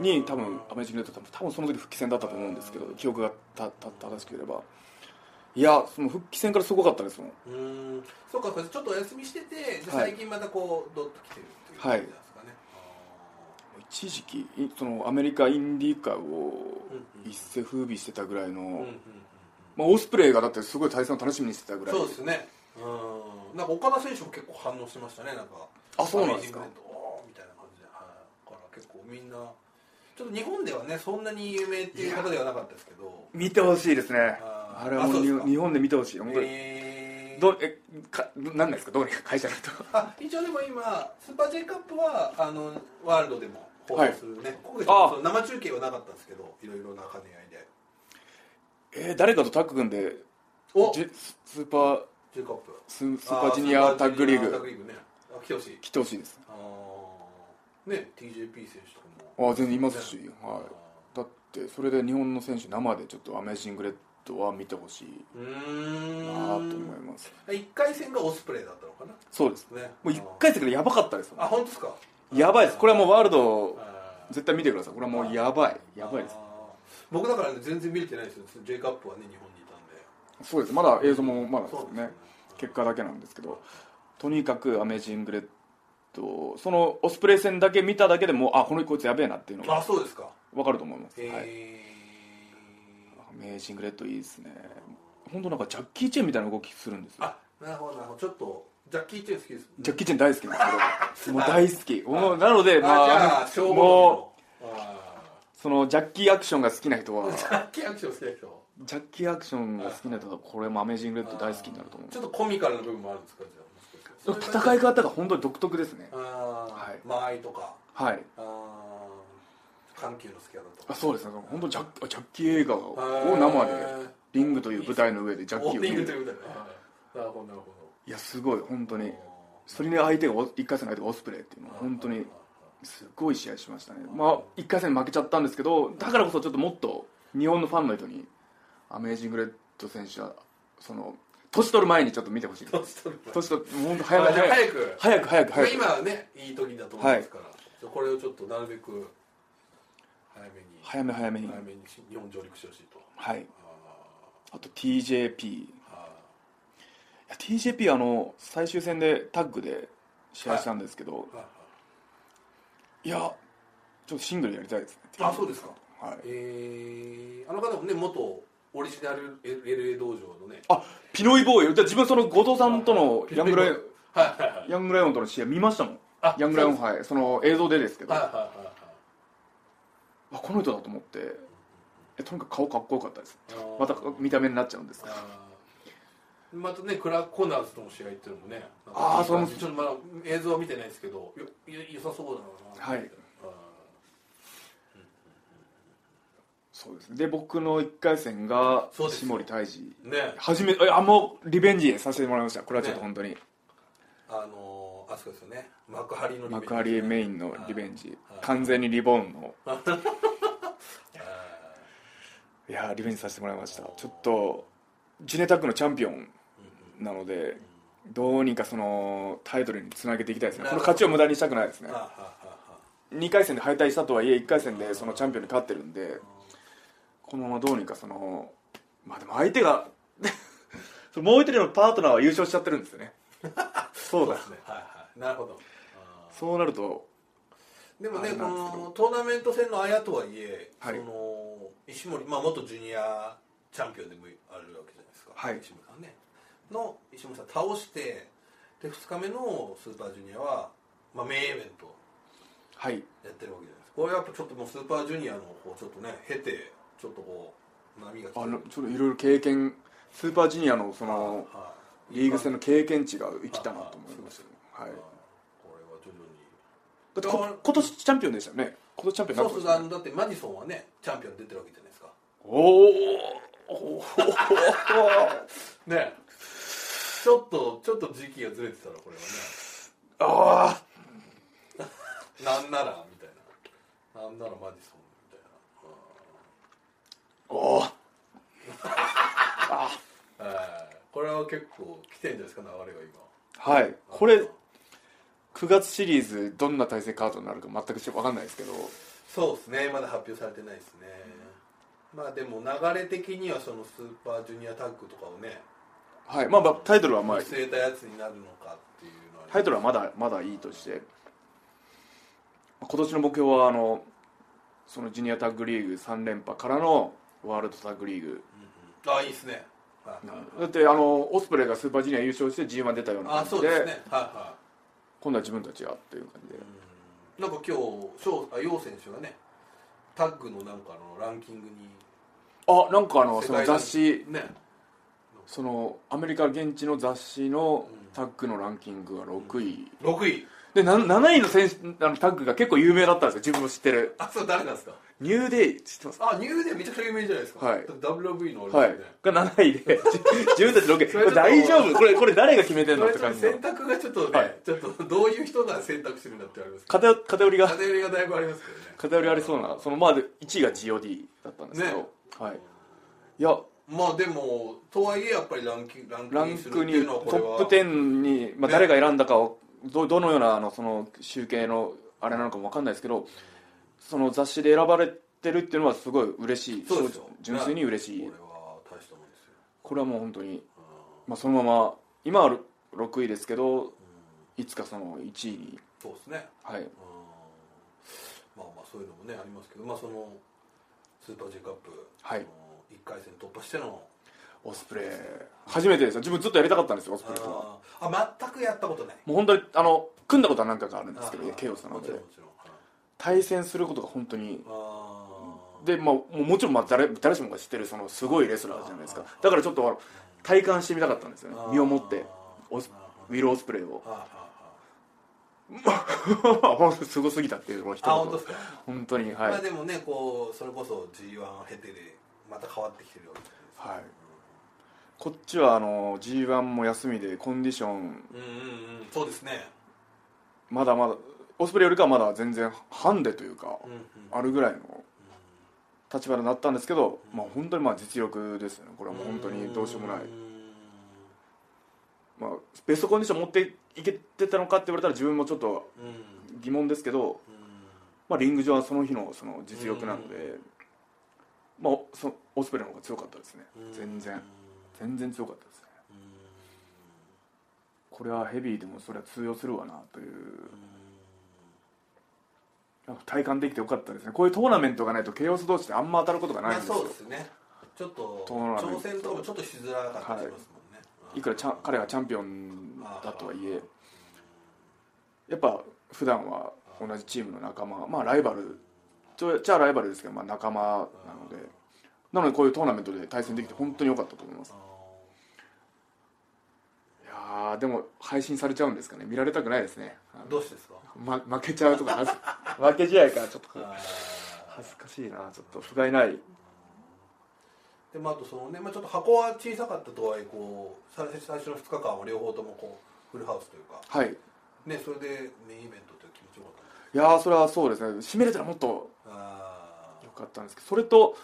Speaker 1: に多分アメージングレッド多分多分その時復帰戦だったと思うんですけど記憶がたた正しければいやその復帰戦からすごかったですもん
Speaker 2: うーんそうかそうかちょっとお休みしててで
Speaker 1: はい
Speaker 2: 最近またこうドッと来てるっていう
Speaker 1: はい
Speaker 2: 感じなんですかね、
Speaker 1: 一時期いそのアメリカインディー界を
Speaker 2: うんうん
Speaker 1: 一世風靡してたぐらいの、
Speaker 2: あーうんうん
Speaker 1: まあ、オスプレイがだってすごい対戦を楽しみにしてたぐ
Speaker 2: うん
Speaker 1: らい
Speaker 2: そうですねうんなんか岡田選手も結構反応してましたねなんか
Speaker 1: あそうなんですか
Speaker 2: アメージングレッドおーみたいな感じで、はい、だから結構みんなちょっと日本ではねそんなに有名っていう方ではなかったですけど
Speaker 1: 見てほしいですね
Speaker 2: あ
Speaker 1: あ
Speaker 2: ー
Speaker 1: れはも
Speaker 2: あそう
Speaker 1: う
Speaker 2: です
Speaker 1: に
Speaker 2: か
Speaker 1: 日本で見てほしい本当に、
Speaker 2: えー
Speaker 1: どえかなんですかどうにか会社ないと
Speaker 2: [laughs] あ一応でも今スーパー J カップはあのワールドでも放送するね、今回ちょっと生中継はなかったんですけどいろいろな兼ね合いで
Speaker 1: えー誰かとタッグ組んで
Speaker 2: お
Speaker 1: ジェススーパー
Speaker 2: J カップ
Speaker 1: ススーパージュニアタッグリー
Speaker 2: あスーパージュニアタッグ
Speaker 1: グ
Speaker 2: リーグねあ来てほしい
Speaker 1: 来てほしいです
Speaker 2: あーね TJP 選手と
Speaker 1: あ
Speaker 2: かも
Speaker 1: ー全然いますし、
Speaker 2: ね
Speaker 1: はいだってそれで日本の選手生でちょっとアメージングレッドは見てほしいうな
Speaker 2: ー
Speaker 1: と思い
Speaker 2: ん
Speaker 1: ます
Speaker 2: 一回戦がオスプレイだったのかな
Speaker 1: そうです
Speaker 2: ね
Speaker 1: もう1回戦からやばかったです
Speaker 2: あ本当ですか
Speaker 1: やばいですこれはもうワールド
Speaker 2: あー
Speaker 1: 絶対見てくださいこれはもうやばいやばいです
Speaker 2: あー僕だからね全然見れてないですよ J カップはね日本にいたんで
Speaker 1: そうですまだ映像もまだです
Speaker 2: そう
Speaker 1: よ
Speaker 2: です
Speaker 1: ね
Speaker 2: ね
Speaker 1: 結果だけなんですけどとにかくアメージングレッドそのオスプレイ戦だけ見ただけでもうあこのこいつやべえなっていうの
Speaker 2: あ
Speaker 1: が
Speaker 2: そうですか
Speaker 1: 分かると思います、
Speaker 2: へえ
Speaker 1: はい、アメージングレッドいいですね本当なんかジャッキー・チェンみたいな動きするんですよ
Speaker 2: あなるほどなるほどちょっとジャッキー・チェン好きです
Speaker 1: ジャッキー・チェン大好きなんです
Speaker 2: [laughs]
Speaker 1: けどもう大好きもうなので
Speaker 2: あじゃ
Speaker 1: ま
Speaker 2: あ
Speaker 1: あ
Speaker 2: 消
Speaker 1: も
Speaker 2: 防のあ
Speaker 1: うそのジャッキーアクションが好きな人は
Speaker 2: ージャッキーアクション好きな人
Speaker 1: ジャッキーアクションが好きな人はこれもアメージングレッド大好きになると思う
Speaker 2: ちょっとコミカルな部分もあるんですかじゃあもしかして
Speaker 1: 戦い方が本当に独特ですね
Speaker 2: あ
Speaker 1: は
Speaker 2: ー
Speaker 1: い
Speaker 2: 間合いとか
Speaker 1: はい
Speaker 2: あー緩急の好きだと
Speaker 1: あ
Speaker 2: か
Speaker 1: そうですね本当ジャッキジャッキー映画を
Speaker 2: へ
Speaker 1: 生
Speaker 2: ー
Speaker 1: でリングという舞台の上でジャッキーを見
Speaker 2: リングと
Speaker 1: る
Speaker 2: いうことでなるほどなるほ
Speaker 1: いやすごい本当
Speaker 2: ど
Speaker 1: にそれに相手がお一回戦の相手がオスプレイっていうのは
Speaker 2: あー
Speaker 1: 本当にすごい試合しましたねまあ一回戦負けちゃったんですけどだからこそちょっともっと日本のファンの人にアメージングレッド選手はその年取る前にちょっと見てほしい
Speaker 2: 年取る
Speaker 1: 年取って本当
Speaker 2: あじゃ
Speaker 1: 早
Speaker 2: あ
Speaker 1: く早く
Speaker 2: 早く
Speaker 1: 早く早く早く
Speaker 2: 今はねいい時だと思いますから、じゃあこれをちょっとなるべく早めに、
Speaker 1: 早め早めに
Speaker 2: 早めに日本上陸してほしいと
Speaker 1: はい
Speaker 2: あ
Speaker 1: あと TJP
Speaker 2: ーあ
Speaker 1: や TJP あの最終戦でタッグで試合したんですけど、、
Speaker 2: はいはい
Speaker 1: やちょっとシングルやりたいですね
Speaker 2: いあそうですか
Speaker 1: はい、
Speaker 2: えー、あの方もね元オリジナル LA 道場のね
Speaker 1: あピノイボーイじゃあ自分その後藤さんとのヤングライオン
Speaker 2: はいはいはい
Speaker 1: ヤングライオンとの試合見ましたもん
Speaker 2: あ
Speaker 1: ヤングライオン
Speaker 2: そう
Speaker 1: はいその映像でですけ
Speaker 2: で
Speaker 1: ど、
Speaker 2: すはいはいはいはい
Speaker 1: あこの人だと思ってえとにかく顔かっこよかったです
Speaker 2: あー
Speaker 1: また見た目になっちゃうんですけど
Speaker 2: あーまたねクラーク・コーナーズとの試合っていうのもねなんか
Speaker 1: あー
Speaker 2: いい感じ
Speaker 1: そ
Speaker 2: ちょっとまだ映像は見てないですけどよよ良さそうだな
Speaker 1: はい
Speaker 2: うん
Speaker 1: そうですねで僕の1回戦が
Speaker 2: そうです
Speaker 1: 下森泰治
Speaker 2: ね
Speaker 1: 初めえあもうリベンジさせてもらいましたこれはちょっと本当に、
Speaker 2: あのー、あそこですよね幕張のリベンジ
Speaker 1: 幕張メインのリベンジ
Speaker 2: はい
Speaker 1: 完全にリボンの
Speaker 2: あー
Speaker 1: いやーリベンジさせてもらいましたちょっとジュネタックのチャンピオンなのでどうにかそのタイトルにつなげていきたいですね
Speaker 2: な
Speaker 1: こ
Speaker 2: る
Speaker 1: の
Speaker 2: ほど
Speaker 1: 勝ちを無駄にしたくないです
Speaker 2: あ
Speaker 1: ね
Speaker 2: ーはあはあは
Speaker 1: 2回戦で敗退したとはいえ1回戦でそのチャンピオンに勝ってるんでこのままどうにかそのまあでも相手が [laughs] そのもう一人のパートナーは優勝しちゃってるんですよねそうだ
Speaker 2: あねはいはいなるほどあー
Speaker 1: そうなると
Speaker 2: でもね
Speaker 1: あれ
Speaker 2: こ
Speaker 1: なんですけど
Speaker 2: のトーナメント戦のあやとはいえ、
Speaker 1: はい
Speaker 2: その石森、まあ、元ジュニアチャンピオンでもあるわけじゃないですか、
Speaker 1: はい
Speaker 2: 石森さんねの石森さん倒してで2日目のスーパージュニアは、まあ、メインイベント
Speaker 1: はい
Speaker 2: やってるわけじゃないですかこれやっぱちょっともうスーパージュニアのこうちょっとね経てちょっとこう波が来て
Speaker 1: あ
Speaker 2: る
Speaker 1: のちょっといろいろ経験スーパージュニアのその
Speaker 2: はい
Speaker 1: リーグ戦の経験値が生きたなと思いますよ
Speaker 2: は
Speaker 1: はいい
Speaker 2: これは徐々に
Speaker 1: だってこ今年チャンピオンでしたよね今年チャンピオン
Speaker 2: そう
Speaker 1: なん
Speaker 2: そう
Speaker 1: です
Speaker 2: あのだってマディソンはねチャンピオン出てるわけじゃないですか
Speaker 1: おーおー
Speaker 2: ねちょっとちょっと時期がずれてたらこれ
Speaker 1: ああ
Speaker 2: はねなんならみたいななんならマディソンみたい
Speaker 1: おー
Speaker 2: な、えーこれは結構来てんじゃないですか流れが今
Speaker 1: はいこれ9月シリーズどんな対戦カードになるか全くちょっと分かんないですけど
Speaker 2: そうですねまだ発表されてないですね、まあでも流れ的にはそのスーパージュニアタッグとかをね
Speaker 1: はいまあまあタイトルはまあ
Speaker 2: 見据えたやつになるのかっていうのは、
Speaker 1: タイトルはまだまだいいとして今年の目標はあのそのジュニアタッグリーグ3連覇からのワールドタッグリーグ
Speaker 2: うんうんあいいですね、はいはい
Speaker 1: だってあのオスプレイがスーパージュニア優勝して g 1出たような
Speaker 2: あ
Speaker 1: 感
Speaker 2: そ
Speaker 1: じ
Speaker 2: う
Speaker 1: で
Speaker 2: ですねはいはい
Speaker 1: 今度は自分たちがっていう感じで
Speaker 2: うんなんか今日翔あ楊選手がねタッグのなんかのランキングに
Speaker 1: あなんかあの
Speaker 2: 世
Speaker 1: その
Speaker 2: 界ラン
Speaker 1: 雑誌
Speaker 2: ね
Speaker 1: そのアメリカ現地の雑誌のタッグのランキングが6位
Speaker 2: 6位
Speaker 1: でな7位の選手あのタッグが結構有名だったんですよ自分も知ってる
Speaker 2: あそれ誰なんですか
Speaker 1: ニューデイ知ってます
Speaker 2: あニューデーめちゃくちゃ有名じゃないですか
Speaker 1: はい
Speaker 2: WV のあ
Speaker 1: はい
Speaker 2: れですよね、
Speaker 1: が7位で
Speaker 2: [laughs]
Speaker 1: 自分たち6位
Speaker 2: そ
Speaker 1: こ
Speaker 2: れちょっ
Speaker 1: れ
Speaker 2: と
Speaker 1: 大丈夫これこれ誰が決めてん
Speaker 2: そ
Speaker 1: のっ
Speaker 2: れ
Speaker 1: て
Speaker 2: ちょっ
Speaker 1: 感
Speaker 2: と
Speaker 1: じの
Speaker 2: 選択がちょっとね、
Speaker 1: はい
Speaker 2: ちょっとどういう人が選択してるんだってありますけ
Speaker 1: 偏偏り
Speaker 2: ど
Speaker 1: が
Speaker 2: 偏りがだいぶありますけどね
Speaker 1: 偏りありそうなそのまあで1位が GOD だったんですけど、
Speaker 2: ね
Speaker 1: はいいや
Speaker 2: まあでもとはいえやっぱりランキングラン
Speaker 1: ラ
Speaker 2: クイ
Speaker 1: ン
Speaker 2: ンする
Speaker 1: ク
Speaker 2: って
Speaker 1: に
Speaker 2: い
Speaker 1: ト
Speaker 2: うのはこれは
Speaker 1: ップ10に、まあ、
Speaker 2: ね
Speaker 1: 誰が選んだかをどどのようなあのその集計のあれなのかも分かんないですけどその雑誌で選ばれてるっていうのはすごい嬉しい
Speaker 2: そうですよ
Speaker 1: 純粋に嬉しい、
Speaker 2: これは大したもんですよ
Speaker 1: これはもう本当に、
Speaker 2: うん
Speaker 1: まあ、そのまま今は6位ですけどいつかその1位に、
Speaker 2: そうですね
Speaker 1: はい、
Speaker 2: うんまあまあそういうのもねありますけど、まあ、そのスーパー J カップ、
Speaker 1: はい
Speaker 2: あの1回戦突破しての
Speaker 1: オスプレイ初めてですよ自分ずっとやりたかったんですよオスプレイとは
Speaker 2: あーあ全くやったことない
Speaker 1: もう本当にあの組んだことは何回かあるんですけ
Speaker 2: あ
Speaker 1: ど
Speaker 2: ー
Speaker 1: ケイオスなので
Speaker 2: もちろんもちろん
Speaker 1: 対戦することが本当に
Speaker 2: あー
Speaker 1: で、まあ、もうもちろんまあ誰誰しもが知ってるそのすごいレスラーじゃないですかだからちょっとあの体感してみたかったんですよね
Speaker 2: あー
Speaker 1: 身をもってオスウィル・オスプレイを
Speaker 2: [laughs] あーあ
Speaker 1: もうすごすぎたっていうのを一
Speaker 2: ーあーあー本当で
Speaker 1: 言本当にはい、
Speaker 2: すか、ま
Speaker 1: は
Speaker 2: あでもねこうそれこそ G1 を経てでまた変わってきてるわけじゃ
Speaker 1: い、こっちはあの g 1も休みでコンディション
Speaker 2: ないですかうんうんうんそうですね
Speaker 1: まだまだオスプレイよりかはまだ全然ハンデというか
Speaker 2: うんうん
Speaker 1: あるぐらいの立場になったんですけど、まあ、本当にまあ実力ですよねこれはもう本当にどうしようもない
Speaker 2: ん
Speaker 1: まあ、ベストコンディション持っていけてたのかって言われたら自分もちょっと
Speaker 2: うんうん
Speaker 1: 疑問ですけど、まあ、リング上はその日のその実力なので、まあ、そオスプレイの方が強かったですね
Speaker 2: うん
Speaker 1: 全然全然強かったですね
Speaker 2: うん
Speaker 1: これはヘビーでもそれは通用するわなというなんか体感できてよかったですねこういうトーナメントがないとケイオス同士ってあんま当たることがないん
Speaker 2: まあ
Speaker 1: ですよ
Speaker 2: そうですねちょっと
Speaker 1: トーナメント
Speaker 2: 挑戦とかもちょっとしづらかったりしますもんね、
Speaker 1: いくらちゃん彼がチャンピオンだとはいえやっぱ普段は同じチームの仲間まあライバルじゃあライバルですけど、まあ、仲間なのでなのでこういうトーナメントで対戦できて本当に良かったと思います
Speaker 2: あ
Speaker 1: いやーでも配信されちゃうんですかね見られたくないですね、あ
Speaker 2: ーどうして
Speaker 1: [laughs]
Speaker 2: ですか
Speaker 1: のま、負けちゃうとか恥ず [laughs] 負け試合からちょっと
Speaker 2: あー
Speaker 1: 恥ずかしいなちょっと不甲斐ない
Speaker 2: でまあ、あとそのね、まあ、ちょっと箱は小さかったとはいえこう最最初の2日間は両方ともこうフルハウスというか、
Speaker 1: はい
Speaker 2: ね、それでメインイベントって気持ちよかったんです
Speaker 1: いやーそれはそうですね締めれたらもっと
Speaker 2: あ
Speaker 1: 良かったんですけどそれと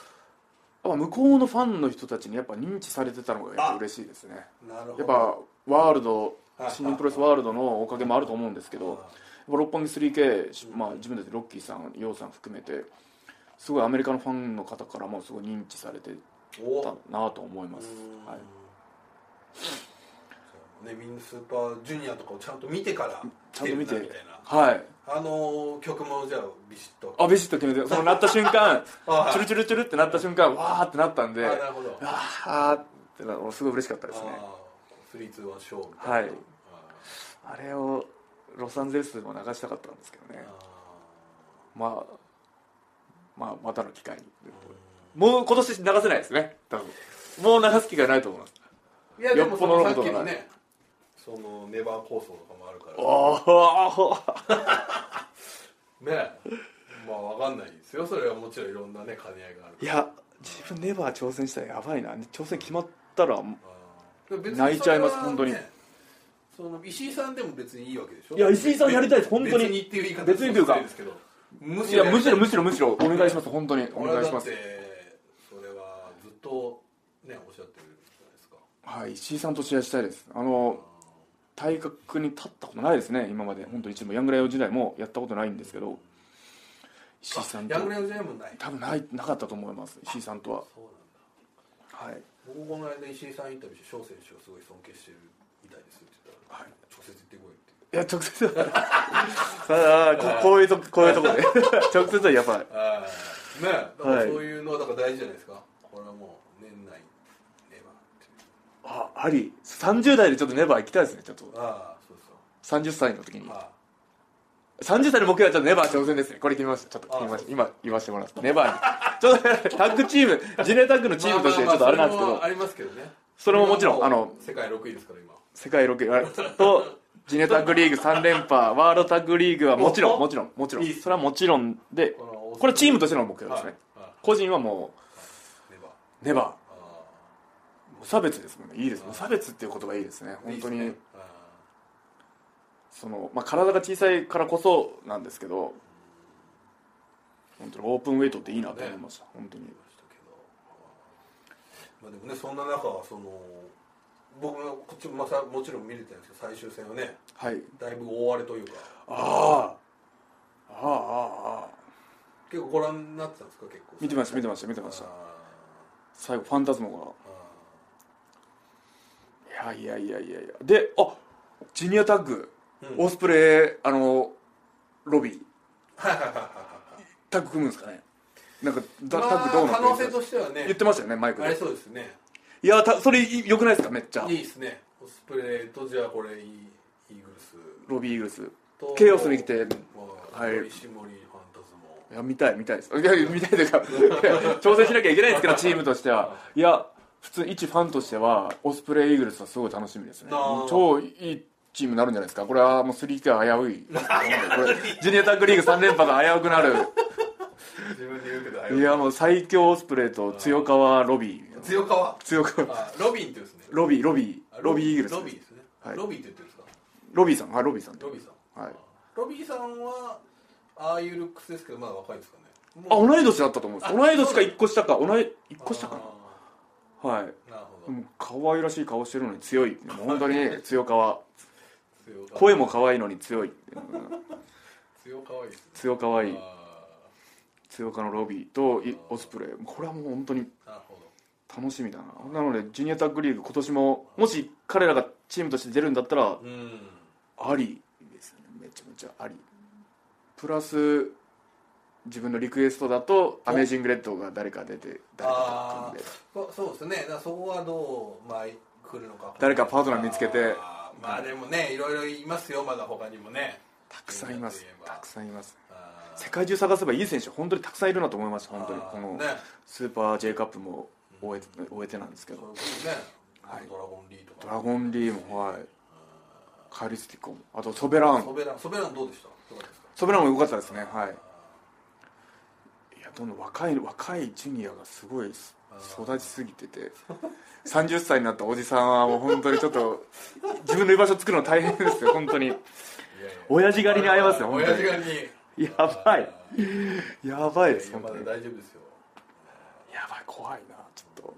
Speaker 1: やっぱ向こうのファンの人たちにやっぱ認知されてたのがやっぱ嬉しいですね
Speaker 2: ーなるほど
Speaker 1: やっぱワールド
Speaker 2: はい
Speaker 1: 新日本プロレスワールドのおかげもあると思うんですけどやっぱ六本木 3K、まあ、自分たちロッキーさんヨウさん含めてすごいアメリカのファンの方からもすごい認知されて
Speaker 2: お
Speaker 1: たなと思います
Speaker 2: うん、
Speaker 1: はい、
Speaker 2: そうね、みんなスーパージュニアとかをちゃんと見てから
Speaker 1: ちゃんと見
Speaker 2: 来る
Speaker 1: て
Speaker 2: なみたいな
Speaker 1: はい
Speaker 2: あのー曲もじゃあビシッと
Speaker 1: あビシッと決めてそのなった瞬間
Speaker 2: あ
Speaker 1: チュルチュルチュルってなった瞬間わーってなったんで
Speaker 2: あなるほど
Speaker 1: あーってなすごい嬉しかったですね
Speaker 2: あー3-2-1勝負みたいな
Speaker 1: はい
Speaker 2: あー
Speaker 1: あれをロサンゼルスでも流したかったんですけどねまあまあまたの機会にもう今年流せないですね多分もう流す機会ないと思います
Speaker 2: いやでもその
Speaker 1: よ
Speaker 2: さ
Speaker 1: っぽどのこ
Speaker 2: っき
Speaker 1: と
Speaker 2: の
Speaker 1: がない
Speaker 2: ねそのネバー構想とかもあるから
Speaker 1: おお
Speaker 2: ねまあわかんないですよそれはもちろんいろんなね兼ね合いがある
Speaker 1: いや自分ネバー挑戦したらやばいな挑戦決まったらい
Speaker 2: でも別に
Speaker 1: 泣いちゃいます
Speaker 2: それは
Speaker 1: 本当に
Speaker 2: ねその石井さんでも別にいいわけでしょ
Speaker 1: いや石井さんやりたいです本当に
Speaker 2: 別にっていう言い方
Speaker 1: 別にというか
Speaker 2: ですけどむ
Speaker 1: やむしろむ
Speaker 2: し
Speaker 1: しろむしろお願いします本当にお
Speaker 2: 俺は
Speaker 1: 願い
Speaker 2: だ
Speaker 1: し
Speaker 2: っ
Speaker 1: ま
Speaker 2: て
Speaker 1: す
Speaker 2: それはずっとねおっしゃってるじゃないですか
Speaker 1: はい石井さんと試合したいですあの体格に立ったことないですね今まで本当一部ヤングライオン時代もやったことないんですけど石井さんと
Speaker 2: ヤングレオジェームない
Speaker 1: 多分ないなかったと思います石井さんとは
Speaker 2: そうなんだ
Speaker 1: はい
Speaker 2: 僕この間石井さんインタビューして翔選手をすごい尊敬してるみたいですって言ったら、
Speaker 1: はい
Speaker 2: 直接言ってこいって
Speaker 1: いや直接 [laughs] はさあここういうとここういうとこで [laughs] 直接はやばい
Speaker 2: ああねだから
Speaker 1: はい
Speaker 2: そういうのはだから大事じゃないですか、これはもう年内ネバーっていう
Speaker 1: ああり30代でちょっとネバー行きたいですねちょっと
Speaker 2: ああそうですか
Speaker 1: 30歳の時に
Speaker 2: あ
Speaker 1: 30歳の僕はちょっとネバー挑戦ですねこれ決めましたちょっと決めました今言わせてもらったネバーにちょっと [laughs] タッグチームジネタッグのチームとしてちょっとあれなんですけ
Speaker 2: まあま
Speaker 1: ど
Speaker 2: あまあそれもありますけどね
Speaker 1: それももちろん
Speaker 2: 今
Speaker 1: あの
Speaker 2: 世界6位ですから今
Speaker 1: 世界6位とジネタッグリーグ3連覇ワールドタッグリーグはもちろんもちろんもちろん
Speaker 2: いいっす
Speaker 1: それはもちろんで
Speaker 2: この
Speaker 1: これチームとしての目標ですね
Speaker 2: はいは
Speaker 1: 個人はも
Speaker 2: いネバー
Speaker 1: うネバ
Speaker 2: あ
Speaker 1: ー無差別ですもんねいいです無差別っていう言葉いいですね
Speaker 2: あ
Speaker 1: 本
Speaker 2: いいで
Speaker 1: 当
Speaker 2: すね
Speaker 1: に
Speaker 2: あ
Speaker 1: その、まあ、体が小さいからこそなんですけど本当にオープンウェイトっていいなと思いました本当に
Speaker 2: ありましたけどまあでもねそんな中その僕がこっちもまあさもちろん見れてたんですけど最終戦はね
Speaker 1: はい
Speaker 2: だいぶ大荒れというか
Speaker 1: ああああああ
Speaker 2: 結構ご覧になってたんですか結構
Speaker 1: 見てました見
Speaker 2: て
Speaker 1: てました見てました
Speaker 2: あ
Speaker 1: 最後ファンタズモ
Speaker 2: あ
Speaker 1: がいやいやいやいやいやであジュニアタッグ、
Speaker 2: うん
Speaker 1: オスプレイあのロビー
Speaker 2: はいはいはいはいはい
Speaker 1: タッグ組むんですかねなんかだ
Speaker 2: ま
Speaker 1: タッグどう
Speaker 2: あ
Speaker 1: な
Speaker 2: 可
Speaker 1: ってるん
Speaker 2: 能
Speaker 1: ですか
Speaker 2: 性としてはね
Speaker 1: 言ってましたよねマイク
Speaker 2: あり
Speaker 1: で
Speaker 2: そうですね
Speaker 1: いやたそれい良くないですかめっちゃ
Speaker 2: いいですねオスプレイとじゃあこれイイーグルス
Speaker 1: ロビーイーグルス
Speaker 2: と
Speaker 1: ケイオスに来て
Speaker 2: は
Speaker 1: はいい
Speaker 2: 石森ファンタズモ
Speaker 1: いや見たい見たいですいや見たいというかいや挑戦しなきゃいけないですけどチームとしてはいや普通一ファンとしてはオスプレイイーグルスはすごい楽しみですね
Speaker 2: なあ
Speaker 1: 超いいチームになるんじゃないですかこれはもう 3K 危ういこれジュニアタッグリーグ3連覇が危うくなる
Speaker 2: 自分で言うけどあ
Speaker 1: いやもう最強オスプレイと強川ロビー
Speaker 2: 強かは
Speaker 1: 強川
Speaker 2: あロビンって言うんですね
Speaker 1: ロビーロビーロビーイーグルス
Speaker 2: ロビーですね、
Speaker 1: はい
Speaker 2: ロビーって言ってるんですか
Speaker 1: ロビーさんはいロビーさん
Speaker 2: ロビーさん
Speaker 1: はい
Speaker 2: ロビーさんはああいうルックスですけどまだ若いですかね
Speaker 1: あ
Speaker 2: もう
Speaker 1: 同い年だったと思うんです同い年か1個下か同い1個下か
Speaker 2: あ
Speaker 1: なはい
Speaker 2: ーなるほど、
Speaker 1: もう可愛らしい顔してるのに強 [laughs] いもう本当に強川
Speaker 2: 強か
Speaker 1: 声も可愛いのに強いうん
Speaker 2: 強かわいいですね
Speaker 1: 強可愛い
Speaker 2: あ
Speaker 1: 強化のロビーといオスプレイこれはもう本当に
Speaker 2: ーなるほど
Speaker 1: 楽しみだななのでジュニアタッグリーグ今年ももし彼らがチームとして出るんだったら
Speaker 2: うん
Speaker 1: ありですねめちゃめちゃありプラス自分のリクエストだと「アメージングレッド」が誰か出て誰かと組んで
Speaker 2: そそうですねだからそこはどう、まあ、来るのか
Speaker 1: 誰かパートナー見つけて
Speaker 2: あーまあでもねいろいろいますよまだ他にもね
Speaker 1: たくさんいます
Speaker 2: ジュニアといえば
Speaker 1: たくさんいます
Speaker 2: あー
Speaker 1: 世界中探せばいい選手本当にたくさんいるなと思いました本当に
Speaker 2: あー
Speaker 1: この
Speaker 2: ね
Speaker 1: スーパー J カップも終え終えてなんですけ
Speaker 2: そう
Speaker 1: ど
Speaker 2: いうことね、
Speaker 1: はい
Speaker 2: ドラゴンリーとか
Speaker 1: ドラゴンリーもはいカリスティコもあとソベラン
Speaker 2: ソベランソベランどうでしたどうですか
Speaker 1: ソベランも良かったですねはいいやどんどん若い若いジュニアがすごいす育ちすぎてて30歳になったおじさんはもう本当にちょっ [laughs] と自分の居場所作るの大変ですよ本当に
Speaker 2: いやいや
Speaker 1: [laughs] 親父狩りに会えますよ本
Speaker 2: 親
Speaker 1: 当
Speaker 2: 父
Speaker 1: に
Speaker 2: 狩りに
Speaker 1: やばいやばいです
Speaker 2: いや
Speaker 1: 本
Speaker 2: ま
Speaker 1: 当
Speaker 2: だ
Speaker 1: に
Speaker 2: 大丈夫ですよ
Speaker 1: やばい怖いなちょっと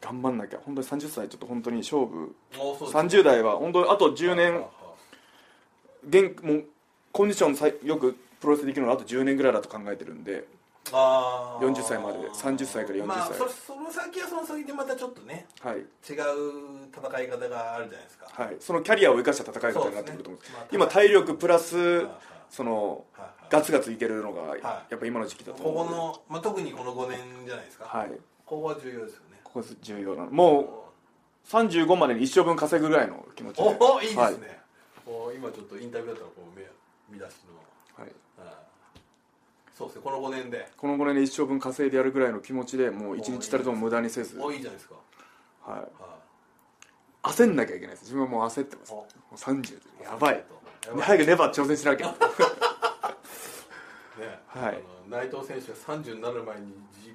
Speaker 1: 頑張んなきゃ本当に30歳ちょっと本当に勝負
Speaker 2: もうそうです
Speaker 1: 30代は本当にあと10
Speaker 2: あー
Speaker 1: 年
Speaker 2: あ
Speaker 1: 現もうコンディションさえよくプロレスできるのはあと10年ぐらいだと考えてるんで
Speaker 2: ーあー
Speaker 1: 40歳までで30歳から40歳
Speaker 2: まあ、そその先はその先でまたちょっとね
Speaker 1: はい、
Speaker 2: 違う戦い方があるじゃないですか
Speaker 1: はい、そのキャリアを生かした戦い方になってくると思うんです
Speaker 2: そうですねまあ
Speaker 1: 今体力プラス
Speaker 2: はいはい
Speaker 1: その
Speaker 2: はいはい
Speaker 1: ガツガツいけるのが
Speaker 2: は
Speaker 1: やっぱ今の時期だと
Speaker 2: こ
Speaker 1: 思
Speaker 2: こ
Speaker 1: うので
Speaker 2: の、まあ、特にこの5年じゃないですか、
Speaker 1: はい
Speaker 2: ここは重要ですよね
Speaker 1: ここが重要なのもう35までに一生分稼ぐぐらいの気持ちで
Speaker 2: おおいいですね、
Speaker 1: はい
Speaker 2: お今ちょっとインタビューだったらこう目見出しの、
Speaker 1: はい
Speaker 2: うんそうですねこの5年で
Speaker 1: この5年で一生分稼いでやるぐらいの気持ちでもう一日たりとも無駄にせず、
Speaker 2: おいいじゃないですか、
Speaker 1: はい、
Speaker 2: は
Speaker 1: 焦んなきゃいけないです自分はもう焦ってます
Speaker 2: お
Speaker 1: もう30でやばい
Speaker 2: やばい
Speaker 1: 早くネバー挑戦しなきゃ
Speaker 2: いね
Speaker 1: はい
Speaker 2: あの内藤選手が30になる前に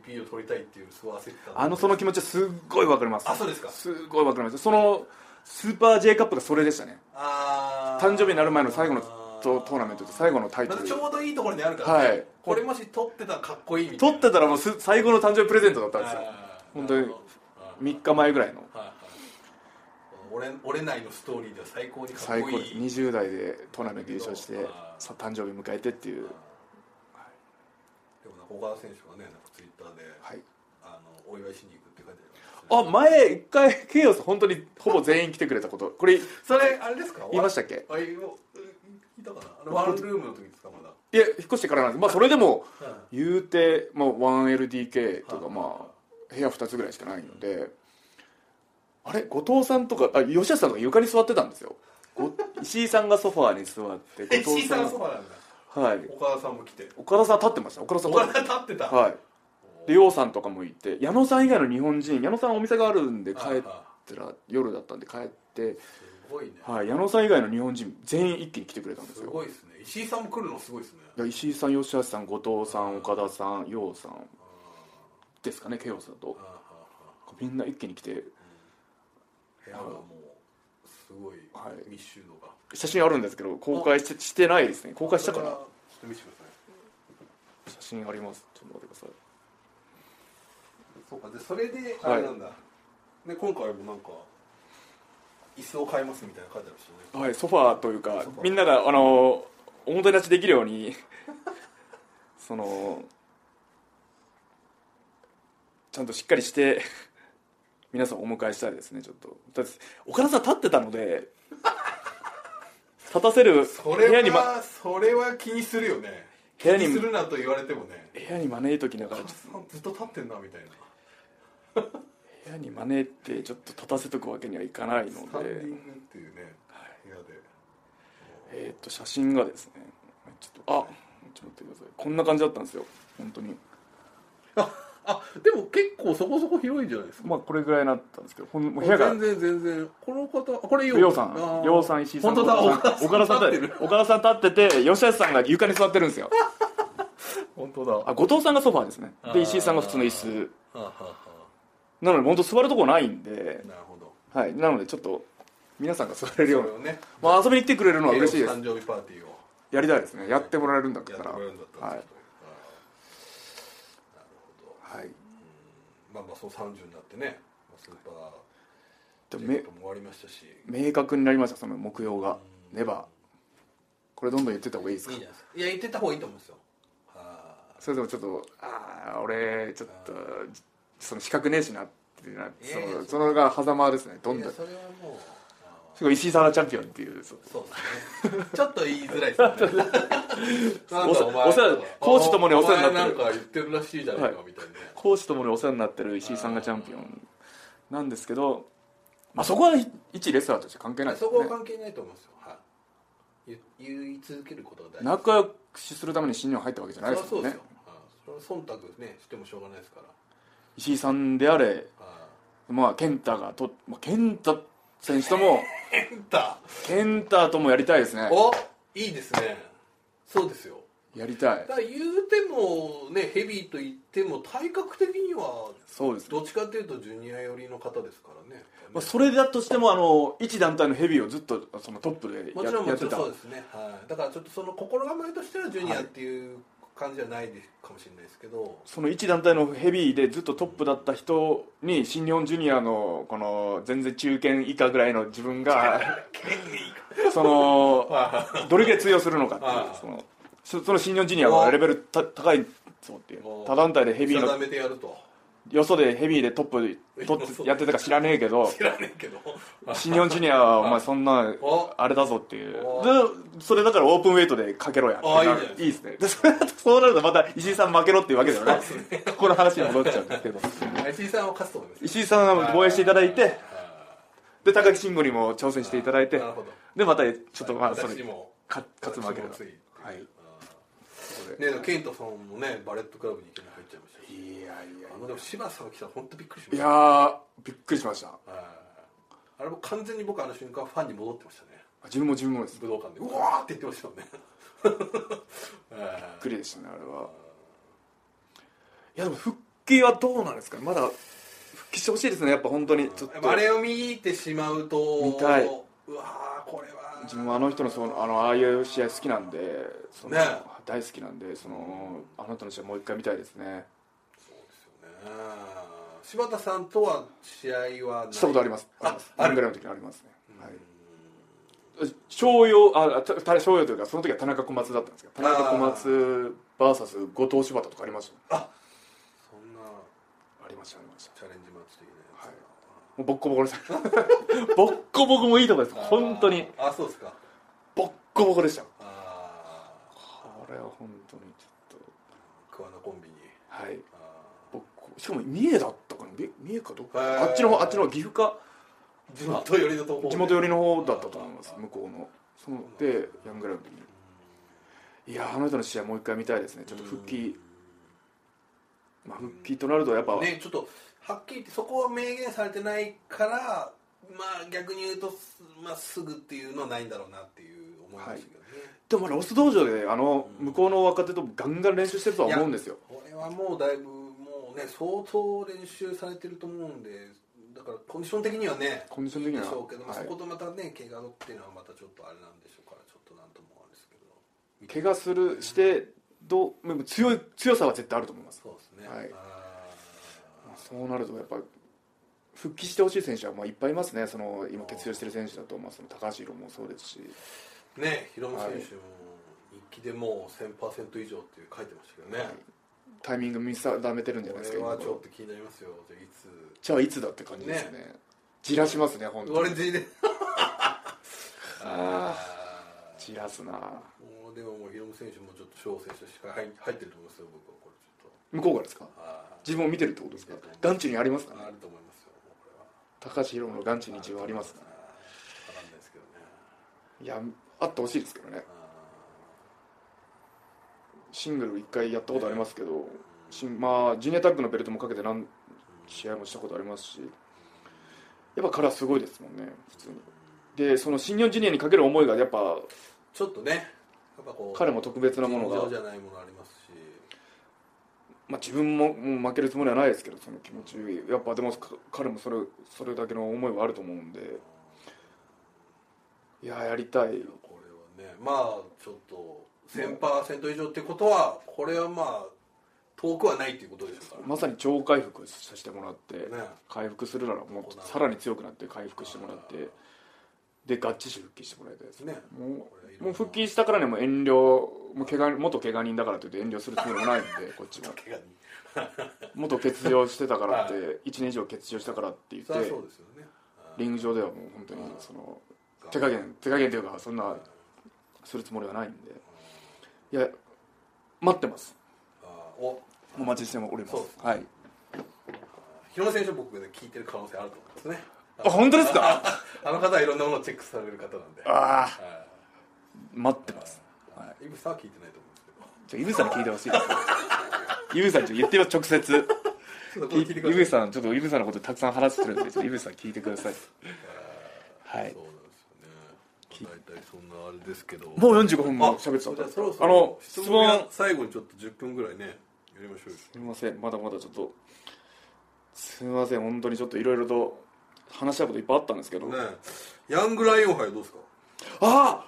Speaker 2: GP を取りたいっていうすごい焦ってたんで
Speaker 1: あのその気持ちすっごいわかります
Speaker 2: あそうですか
Speaker 1: すっごいわかりますそのスーパー J カップがそれでしたね
Speaker 2: あー
Speaker 1: 誕生日になる前の最後の
Speaker 2: あー
Speaker 1: トトーナメントで最後のタイト
Speaker 2: また
Speaker 1: ル
Speaker 2: ちょうどいいところにあるから、ね
Speaker 1: はい
Speaker 2: これもし取ってたらかっこいいみたい
Speaker 1: 取
Speaker 2: な
Speaker 1: ってたらもうす最後の誕生日プレゼントだったんですよ
Speaker 2: あー
Speaker 1: 本当に
Speaker 2: なるほどうん
Speaker 1: 3日前ぐらいの
Speaker 2: はいはい折れ折れないのストーリーでは最高にかっ
Speaker 1: 最
Speaker 2: こ
Speaker 1: 高
Speaker 2: いい
Speaker 1: です20代でトーナメント優勝して
Speaker 2: あー
Speaker 1: さ誕生日迎えてっていう
Speaker 2: でもなんか小川選手がねなんかツイッターで、
Speaker 1: はい
Speaker 2: あのお祝いしに行くって書いてあ
Speaker 1: あ
Speaker 2: りますね
Speaker 1: 前一回ケイオス本当にほぼ全員来てくれたことこれ
Speaker 2: それあれですか
Speaker 1: 言いましたっけ
Speaker 2: あいもう聞いたかなあのワンルームの時ですかまだ、
Speaker 1: いや引っ越してからなんですまあそれでも
Speaker 2: うん
Speaker 1: 言うて、まあ、1LDK と
Speaker 2: は
Speaker 1: か
Speaker 2: い
Speaker 1: まあ部屋2つぐらいしかないのであれ後藤さんとかあ吉田さんが床に座ってたんですよご [laughs] 石井さんがソファーに座って
Speaker 2: え
Speaker 1: 後
Speaker 2: [laughs] 石
Speaker 1: 藤
Speaker 2: 井さ
Speaker 1: さ
Speaker 2: ん
Speaker 1: ん
Speaker 2: がそばなんだ
Speaker 1: はい
Speaker 2: 小川さんも来て
Speaker 1: 岡田さん立ってました岡田さん
Speaker 2: 小
Speaker 1: 立
Speaker 2: 川
Speaker 1: って
Speaker 2: さん立ってた、
Speaker 1: ましたはいで陽さんとかもいて矢野さん以外の日本人矢野さんお店があるんで帰
Speaker 2: はいはい
Speaker 1: ったら夜だったんで帰って、
Speaker 2: すごいね、
Speaker 1: はい、矢野さん以外の日本人全員一気に来てくれたんです
Speaker 2: す
Speaker 1: よ
Speaker 2: ごいですね石井さんも来るのすごいですね
Speaker 1: だから石井さん吉橋さん後藤さん岡田さん陽さんですかねケイオスだと
Speaker 2: あーは
Speaker 1: みんな一気に来て
Speaker 2: ーはー部屋がもうすごい
Speaker 1: はい
Speaker 2: 密集度が、
Speaker 1: 写真あるんですけど公開してしてないですね公開したか
Speaker 2: ち
Speaker 1: な
Speaker 2: ょっと見せてください
Speaker 1: 写真ありますちょっと待ってください
Speaker 2: そうかでそれで
Speaker 1: はい
Speaker 2: あれなんだ、で今回もなんか椅子を買いますみたいなの書いてあるしね
Speaker 1: はい、ソファーというか
Speaker 2: ソファー
Speaker 1: みんながあのおもてなしできるように [laughs] そのちゃんとしっかりして皆さんお迎えしたいですねちょっとだって岡田さん立ってたので立たせる
Speaker 2: そ
Speaker 1: 部屋
Speaker 2: れ
Speaker 1: に、ま、
Speaker 2: はそれは気にするよね
Speaker 1: 部
Speaker 2: 気
Speaker 1: 屋
Speaker 2: に
Speaker 1: に
Speaker 2: するなと言われてもね
Speaker 1: 部屋に招いときながらちょっと
Speaker 2: ずっと立ってんなみたいな
Speaker 1: 部屋に招いてちょっと立たせとくわけにはいかないの
Speaker 2: スタンディ
Speaker 1: で
Speaker 2: ングっていうね部屋で
Speaker 1: えーっと写真がですねちょっとあちょっと待ってくださいこんな感じだったんですよ本当に
Speaker 2: あでも結構そこそこ広いじゃないです
Speaker 1: まあこれぐらいになったんですけどほんもう部屋が
Speaker 2: 然全然この方あこれ
Speaker 1: ようさん、ようさん、石井さん、岡田さん立ってる、岡田さん立ってて、吉橋さんが床に座ってるんですよ。
Speaker 2: 本当だは
Speaker 1: あ、後藤さんがソファーですね
Speaker 2: あ。ー
Speaker 1: で、石井さんが普通の椅子。
Speaker 2: あはあは
Speaker 1: なので、本当座るとこないんで
Speaker 2: あ、なるほど
Speaker 1: はい、なので、ちょっと。皆さんが座れるよ
Speaker 2: そうれ
Speaker 1: な、
Speaker 2: をね
Speaker 1: まあ、遊びに来てくれるのは嬉しいです。
Speaker 2: 誕生日パーティーを
Speaker 1: やりたいですね。やってもらえるんだった
Speaker 2: やって
Speaker 1: ら。は
Speaker 2: もらえ
Speaker 1: い
Speaker 2: るんだったらちょっと、なるほど
Speaker 1: はい。
Speaker 2: まあまあそう30になってねまあスーパ
Speaker 1: で
Speaker 2: ー
Speaker 1: も
Speaker 2: ジェイ
Speaker 1: め
Speaker 2: コブも終わりましたしいい
Speaker 1: 明確になりました、その目標が。ネバー。これどんどん言ってた方がいいです
Speaker 2: じゃ
Speaker 1: か
Speaker 2: ない。ですかいや言ってた方がいいと思うんですよあ
Speaker 1: それでもちょっと、ああ、俺、ちょっと、その資格ねえしなっっていうのはそ
Speaker 2: いやいや
Speaker 1: のそのが狭間ですねどん
Speaker 2: い
Speaker 1: ど
Speaker 2: や
Speaker 1: ん
Speaker 2: それはもう
Speaker 1: すごい石井さんがチャンピオンっていうそう
Speaker 2: そうですねちょっと言いづら
Speaker 1: [laughs]
Speaker 2: いですねなんかお前
Speaker 1: お世話コーチともにお世話になってる
Speaker 2: お前なんか言ってるらしいじゃないかみたいな、
Speaker 1: コーチともにお世話になってる石井さんがチャンピオンなんですけど、まあ、そこは一レスラーとして関係ないですよ
Speaker 2: そこは
Speaker 1: ね
Speaker 2: 関係ないと思うんですよ、はい、言言い続けることが大事
Speaker 1: 仲良くするために新日本入ったわけじゃないです
Speaker 2: そ
Speaker 1: も
Speaker 2: り
Speaker 1: ん
Speaker 2: ゃそう
Speaker 1: ね
Speaker 2: ですよ、はいそれは忖度ねしてもしょうがないですから、
Speaker 1: 石井さんであれ、
Speaker 2: は
Speaker 1: まあ、健太がと、まあ、健太選 [laughs] 手とも
Speaker 2: い、エンタ
Speaker 1: 健太ともやりたいですね
Speaker 2: おいいですねそうですよ
Speaker 1: やりたい
Speaker 2: だから言うてもねヘビーと言っても体格的には
Speaker 1: そうですね、
Speaker 2: どっちかというとジュニア寄りの方ですからね
Speaker 1: まあ、それだとしてもあの一団体のヘビーをずっとそのトップで
Speaker 2: も
Speaker 1: や
Speaker 2: ちろん
Speaker 1: や
Speaker 2: も
Speaker 1: って
Speaker 2: ちろん
Speaker 1: た
Speaker 2: そうですね、はい、だからちょっとその心構えとしてはジュニアっていう感じじゃないですかもしれないですけど、
Speaker 1: その一団体のヘビーでずっとトップだった人に新日本ジュニアのこの全然中堅以下ぐらいの自分
Speaker 2: [laughs]
Speaker 1: がそのどれぐらい通用するのかって
Speaker 2: はい
Speaker 1: いうそのそその新日本ジュニアはレベルた高いそうっていう
Speaker 2: お
Speaker 1: 他団体でヘビー
Speaker 2: 定
Speaker 1: の
Speaker 2: めてやると
Speaker 1: よそでヘビーでトップで取ってやってたか知らねえけ
Speaker 2: [laughs]
Speaker 1: ど
Speaker 2: 知らねえけど
Speaker 1: 新日本ジュニアはお前そんな
Speaker 2: お
Speaker 1: あれだぞっていう
Speaker 2: お
Speaker 1: でそれだからオープンウェイトでかけろやってな
Speaker 2: あ
Speaker 1: い
Speaker 2: いじゃない
Speaker 1: いいですねでそれだとそうなるとまた石井さん負けろっていうわけじゃないここの話に戻っちゃうんですけど
Speaker 2: 石井さんは勝つと思います
Speaker 1: 石井さんは防衛していただいて
Speaker 2: あ
Speaker 1: で高木慎吾にも挑戦していただい
Speaker 2: ー
Speaker 1: て
Speaker 2: なるほど
Speaker 1: でまたちょっとまあそれ
Speaker 2: 私も
Speaker 1: 勝勝つ負けだ
Speaker 2: 私もついってう
Speaker 1: はい
Speaker 2: あーねケントさんもねバレットクラブにいきなり入っちゃいましたし
Speaker 1: いやい
Speaker 2: あのでも柴さんが来たら本当びっくりしま
Speaker 1: い
Speaker 2: し
Speaker 1: や
Speaker 2: た
Speaker 1: ーびっくりしました
Speaker 2: あーあれも完全に僕あの瞬間ファンに戻ってましたね
Speaker 1: 自分も自分もですび
Speaker 2: 武道館でうわーって言ってましたもんねあ
Speaker 1: っ
Speaker 2: ー
Speaker 1: くりでしたねあれはいやでも復帰はどうなんですかねまだ復帰してほしいですねやっぱ本当にちょっ
Speaker 2: やっ
Speaker 1: と
Speaker 2: ぱあれを見てしまうと
Speaker 1: 見たいう
Speaker 2: わーこれは
Speaker 1: 自分はあの人のそのあのああいう試合好きなんでその
Speaker 2: ね
Speaker 1: 大好きなんでそのあの人の試合もう一回見たいですね
Speaker 2: そうですよね柴田さんとは試合はない
Speaker 1: したことあります
Speaker 2: あ
Speaker 1: ります
Speaker 2: ある
Speaker 1: ぐらいの時にありますね、はい商用あたた商用というかその時は田中小松だったんですけど田中小松 VS 後藤柴田とかありましたよ
Speaker 2: そんな
Speaker 1: ありましたありました
Speaker 2: チャレンジマッチ的なや
Speaker 1: もうボッコボコですボッコボコもいいとこです
Speaker 2: つが
Speaker 1: 本当に
Speaker 2: あーあそうですか
Speaker 1: ボッコボコでしたこ
Speaker 2: ああ
Speaker 1: れは本当にちょっと
Speaker 2: 桑名コンビに
Speaker 1: はい
Speaker 2: あ
Speaker 1: ボッコしかも三重だったかなみ三重かどっ
Speaker 2: へ
Speaker 1: か
Speaker 2: ー
Speaker 1: あっちの方あっちの方岐阜か
Speaker 2: ー地元寄りのところ
Speaker 1: 地元寄
Speaker 2: り
Speaker 1: りの方だったと思います向こうのそのでヤングラウンドにいやーあの人の試合もう一回見たいですねちょっと復帰、まあ、復帰となるとやっぱ、
Speaker 2: ねちょっとはっきり言ってそこは明言されてないからまあ逆に言うとす,、まあ、すぐっていうのはないんだろうなっていう思いましたけどね、
Speaker 1: でもまあロス道場であの向こうの若手とガンガン練習してるとは思うんですよ
Speaker 2: これはもうだいぶもうね相当練習されてると思うんでだからコンディション的にはね
Speaker 1: コンディション的には
Speaker 2: でしょうけど、まあ
Speaker 1: は
Speaker 2: そ
Speaker 1: い
Speaker 2: ことまたね怪我のっていうのはまたちょっとあれなんでしょうからちょっとなんともあれですけど
Speaker 1: 怪我するしてどうでも強い強さは絶対あると思います
Speaker 2: そうですね
Speaker 1: はい
Speaker 2: あ
Speaker 1: まあそうなるとやっぱ復帰してほしい選手はまあいっぱいいますねその今欠場してる選手だと、まあ、その高橋宏もそうですし
Speaker 2: ーねヒロム選手も日記でもう1000%以上っていう書いてましたけどね、
Speaker 1: タイミング見定めてるんじゃないです
Speaker 2: こ
Speaker 1: か
Speaker 2: れは
Speaker 1: 今
Speaker 2: ちょっと気になりますよじゃあいつ
Speaker 1: じゃあいつだって感じですよねじらしますね本当
Speaker 2: 俺
Speaker 1: に
Speaker 2: じね
Speaker 1: あ
Speaker 2: あ
Speaker 1: じらすな
Speaker 2: ーもうでももうヒロム選手もちょっと翔選手しか入入ってると思いますよ僕はこれちょっ
Speaker 1: 向こうからですか
Speaker 2: とあー
Speaker 1: 自分を見てるってことですか眼中にありますかね
Speaker 2: あると思いますよもうこれは
Speaker 1: 高橋宏の眼中に自分ありますかね
Speaker 2: 分かんないですけどね
Speaker 1: いやあってほしいですけどねシングル一回やったことありますけどしまあジュニアタッグのベルトもかけて何試合もしたことありますしやっぱ彼はすごいですもんね普通にでその新日本ジュニアにかける思いがやっぱ
Speaker 2: ちょっとねやっぱこう
Speaker 1: 彼も特別なものが
Speaker 2: 尋常じゃないものありますし
Speaker 1: まあ、自分ももう負けるつもりはないですけどその気持ちやっぱでもか彼もそれそれだけの思いはあると思うんでいややりたい
Speaker 2: これはねまあちょっと1000%以上ってことはこれはまあ遠くはないっていうことでしょうか
Speaker 1: まさに超回復させてもらって、
Speaker 2: らね
Speaker 1: 回復するならもっとさらに強くなって回復してもらってでガッチリ復帰してもらいたいですね
Speaker 2: ね
Speaker 1: も
Speaker 2: これい
Speaker 1: う
Speaker 2: ろんな
Speaker 1: もう復帰したからにはもう遠慮もう怪我元怪我人だからといって遠慮するつもりもないんでこっちも
Speaker 2: 怪我に
Speaker 1: 元欠場してたからって1年以上欠場したからって言っ
Speaker 2: それは
Speaker 1: て
Speaker 2: そうですよね
Speaker 1: リング上ではもう本当にその手加減手加減というかそんなするつもりはないんでいや待ってます
Speaker 2: あーお
Speaker 1: お待ちしておりま
Speaker 2: そう
Speaker 1: す
Speaker 2: です
Speaker 1: はい
Speaker 2: 広野選手僕ね聞いてる可能性あると思うんですね
Speaker 1: あ本当ですか
Speaker 2: あの方はいろんなものをチェックされる方なんで
Speaker 1: ああ
Speaker 2: あ
Speaker 1: 待ってますは
Speaker 2: ーイブさんは聞いてないと思うんですけど
Speaker 1: いじゃあ井口さんに聞いてほしいです井口さんに言ってよ直接
Speaker 2: ちょっとこれ
Speaker 1: い井
Speaker 2: 聞いてくださ
Speaker 1: 口
Speaker 2: い
Speaker 1: さんちょっと井口さんのことたくさん話してるんでち [laughs] ょっと井口さん聞いてくださいはい
Speaker 2: そうなんですよね大体そんなあれですけど
Speaker 1: もう45分
Speaker 2: あ
Speaker 1: も喋っちゃった
Speaker 2: じゃあそろそ
Speaker 1: あの
Speaker 2: ろ質
Speaker 1: 質
Speaker 2: 問が
Speaker 1: 問
Speaker 2: 最後にちょっと10分ぐらいねやりましょうよ
Speaker 1: すみませんまだまだちょっとすみません本当にちょっといろいろと話したいこといっぱいあったんですけど、
Speaker 2: ねえヤングライオン杯はどうですか
Speaker 1: あ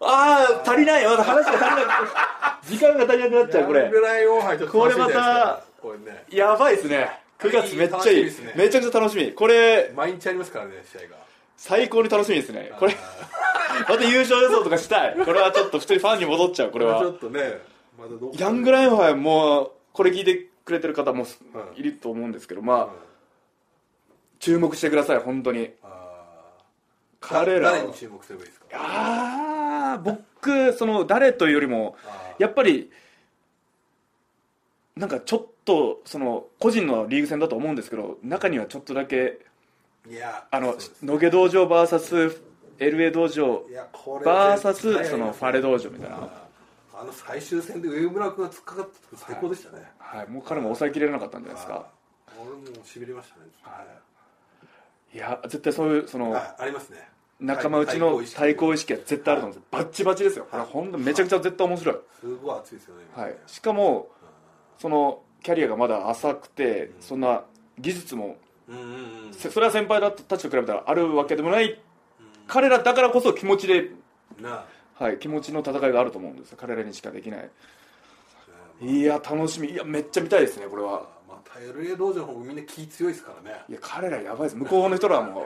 Speaker 1: あああ足りないまだ話が足りない時間が足りなくなっちゃうこ
Speaker 2: ヤ
Speaker 1: れ
Speaker 2: ングライオン杯ちょっと楽しみじゃないですかこれね
Speaker 1: やばいですね9月めっちゃいい
Speaker 2: 楽しみですね
Speaker 1: めちゃくちゃ楽しみこれ
Speaker 2: 毎日ありますからね試合が
Speaker 1: 最高に楽しみですねこれ
Speaker 2: あ
Speaker 1: また優勝予想とかしたいこれはちょっと普通にファンに戻っちゃうこれ
Speaker 2: ーちょ
Speaker 1: は
Speaker 2: っとねまだどうか
Speaker 1: ヤングライオンはもうこれ聞いてくれてる方も
Speaker 2: はい
Speaker 1: いると思うんですけど
Speaker 2: うん
Speaker 1: まあ注目してください本当に
Speaker 2: あー
Speaker 1: 彼らは
Speaker 2: 誰に注目すればいいですか
Speaker 1: ああ僕その誰というよりも
Speaker 2: あー
Speaker 1: やっぱりなんかちょっとその個人のリーグ戦だと思うんですけど中にはちょっとだけ
Speaker 2: いや
Speaker 1: あの
Speaker 2: そうです
Speaker 1: 野毛道場 VSLA 道場
Speaker 2: いやこれは絶対
Speaker 1: VS そのファレ道場みたいな、
Speaker 2: あの最終戦で上村君が突っかかった時最高でしたね、
Speaker 1: はい、もう彼も抑えきれなかったんじゃないですか
Speaker 2: あー俺もしびれましたね、
Speaker 1: いや絶対そういうその
Speaker 2: あありますね
Speaker 1: 仲間内の対抗意識は絶対あると思うんですよバッチバチですよこれ
Speaker 2: はい
Speaker 1: 本当めちゃくちゃ絶対面白い、
Speaker 2: すごい熱いですよね、今
Speaker 1: は
Speaker 2: ね
Speaker 1: い、しかもそのキャリアがまだ浅くてそんな技術も
Speaker 2: うんうんうん
Speaker 1: せそれは先輩たちと比べたらあるわけでもない彼らだからこそ気持ちで、
Speaker 2: なあ
Speaker 1: はい、気持ちの戦いがあると思うんですよ彼らにしかできないいや楽しみいやめっちゃ見たいですねこれは
Speaker 2: また LA 道場の方みんな気強いですからね
Speaker 1: いや彼らやばいです向こうの人らはもう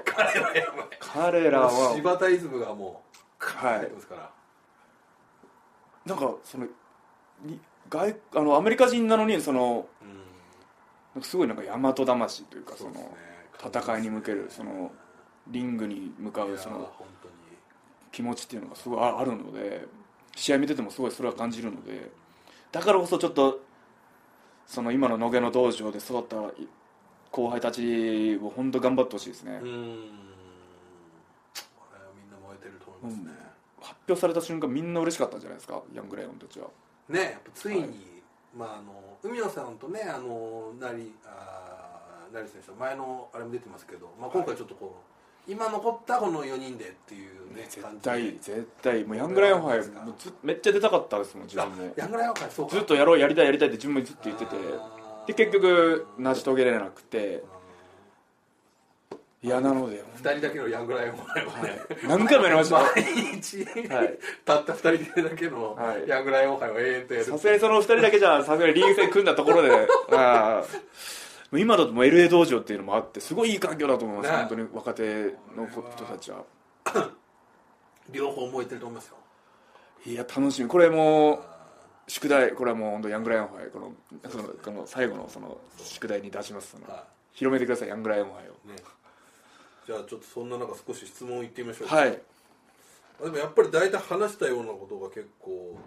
Speaker 1: 彼らは
Speaker 2: 柴田イズムがもう
Speaker 1: は
Speaker 2: 入っ
Speaker 1: い
Speaker 2: てますから
Speaker 1: なんかそのに外あのアメリカ人なのにその
Speaker 2: うん
Speaker 1: なんかすごいなんか大和魂というかそ
Speaker 2: そうですね
Speaker 1: の戦いに向けるそ
Speaker 2: い
Speaker 1: のリングに向かう
Speaker 2: や
Speaker 1: そ
Speaker 2: ー
Speaker 1: の
Speaker 2: 本当に
Speaker 1: 気持ちっていうのがすごいああるので試合見ててもすごいそれは感じるのでだからこそちょっとその今の野毛の道場で育ったい後輩たちを本当頑張ってほしいですね、
Speaker 2: うーんこれはみんな燃えてると思いますね、
Speaker 1: 発表された瞬間みんな嬉しかったんじゃないですかヤングレイオンたちは
Speaker 2: ねやっぱついに、
Speaker 1: はい
Speaker 2: まああの海野さんとねあの成あー成選手の前のあれも出てますけど、まあ、今回ちょっとこう、今残ったこの4人でっていうね
Speaker 1: 絶
Speaker 2: 感じで
Speaker 1: 対絶対もうヤングレイオン杯もうずめっちゃ出たかったですもん自
Speaker 2: あ
Speaker 1: 分も
Speaker 2: ヤングライオン会そうか
Speaker 1: ずっとやろうやりたいやりたいって自分もずっと言ってて
Speaker 2: あー
Speaker 1: で結局成し遂げれなくて
Speaker 2: あ
Speaker 1: いやなので
Speaker 2: ー二人だけのヤングライオン会をね、
Speaker 1: 何回もやりました
Speaker 2: 毎日、
Speaker 1: [laughs] はい
Speaker 2: たった二人だけの
Speaker 1: はい
Speaker 2: ヤングライオン会を永遠とやる
Speaker 1: さすがにその2人だけじゃさすがにリーグ戦組んだところで [laughs] ああもう今だともう LA 道場っていうのもあってすごいいい環境だと思います、
Speaker 2: ね
Speaker 1: 本当に若手の人たちは
Speaker 2: 両方燃えてると思いますよ
Speaker 1: いや楽しみこれもう宿題これはもう本当ヤングライオン杯このそのこの最後のその宿題に出しますその
Speaker 2: は
Speaker 1: 広めてくださいヤングライオン杯を
Speaker 2: いね、じゃあちょっとそんな中少し質問いってみましょうか
Speaker 1: はい
Speaker 2: でもやっぱり大体話したようなことが結構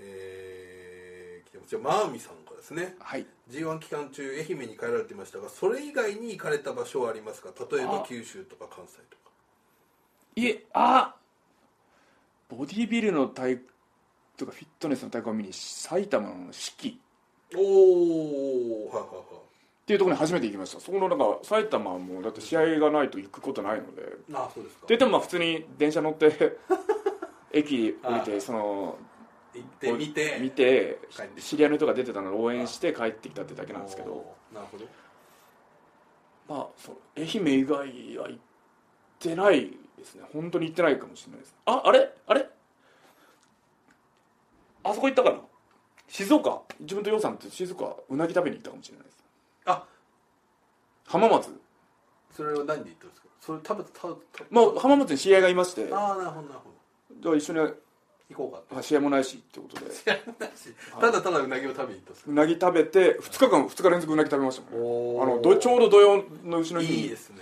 Speaker 2: えー来てますじゃあマーミさんからですね
Speaker 1: はい、
Speaker 2: G1 期間中愛媛に帰られてましたがそれ以外に行かれた場所はありますか例えば
Speaker 1: あ
Speaker 2: 九州とか関西とか
Speaker 1: いえあボディビルの大とかフィットネスの大会を見に埼玉の四季
Speaker 2: おおはいはいはい
Speaker 1: っていうところに初めて行きましたそこのなんか埼玉はもうだって試合がないと行くことないのでって
Speaker 2: ああそうですか
Speaker 1: 言ってもまあ普通に電車乗って [laughs] 駅降り
Speaker 2: あ
Speaker 1: てその
Speaker 2: 行ってみて
Speaker 1: 見て
Speaker 2: 帰ってきた
Speaker 1: 知り合いの人が出てたので応援して帰ってきたってだけなんですけど
Speaker 2: おーなるほど
Speaker 1: まあそう愛媛以外は行ってないですね本当に行ってないかもしれないですああれあれあそこ行ったかな静岡自分と洋さんって静岡うなぎ食べに行ったかもしれないです
Speaker 2: あ
Speaker 1: 浜松
Speaker 2: それは何で言ったんですかそれ食べた食べた
Speaker 1: まあ浜松に知り合いがいまして
Speaker 2: ああなるほどなるほ
Speaker 1: じゃあ一緒に
Speaker 2: 行こうかって
Speaker 1: まあ試合もないしってこと [laughs] で
Speaker 2: 知らないし、ただただうなぎを食べに行ったっす
Speaker 1: うなぎ食べて2日間2日連続うなぎ食べましたもんね
Speaker 2: お
Speaker 1: あのどちょうど土曜のうちの日に
Speaker 2: いいですね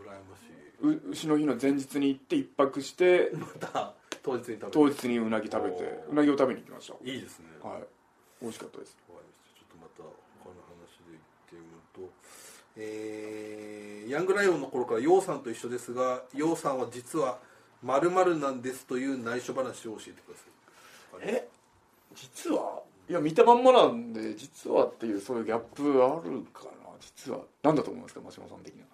Speaker 2: 羨ましいう
Speaker 1: 牛の日の前日に行って1泊して
Speaker 2: また当日に食べ
Speaker 1: 当
Speaker 2: る
Speaker 1: 日にうなぎ食べて
Speaker 2: おー
Speaker 1: うなぎを食べに行きまし
Speaker 2: いいですね
Speaker 1: たはい美味しかったです
Speaker 2: わかりましたちょっとまた他の話で言ってみると、えーヤングライオンの頃から楊さんと一緒ですが楊さんは実はまるなんですという内緒話を教えてください
Speaker 1: え実はいや見たまんまなんで実はっていうそういうギャップあるかな実はなんだと思いますか真島さん的には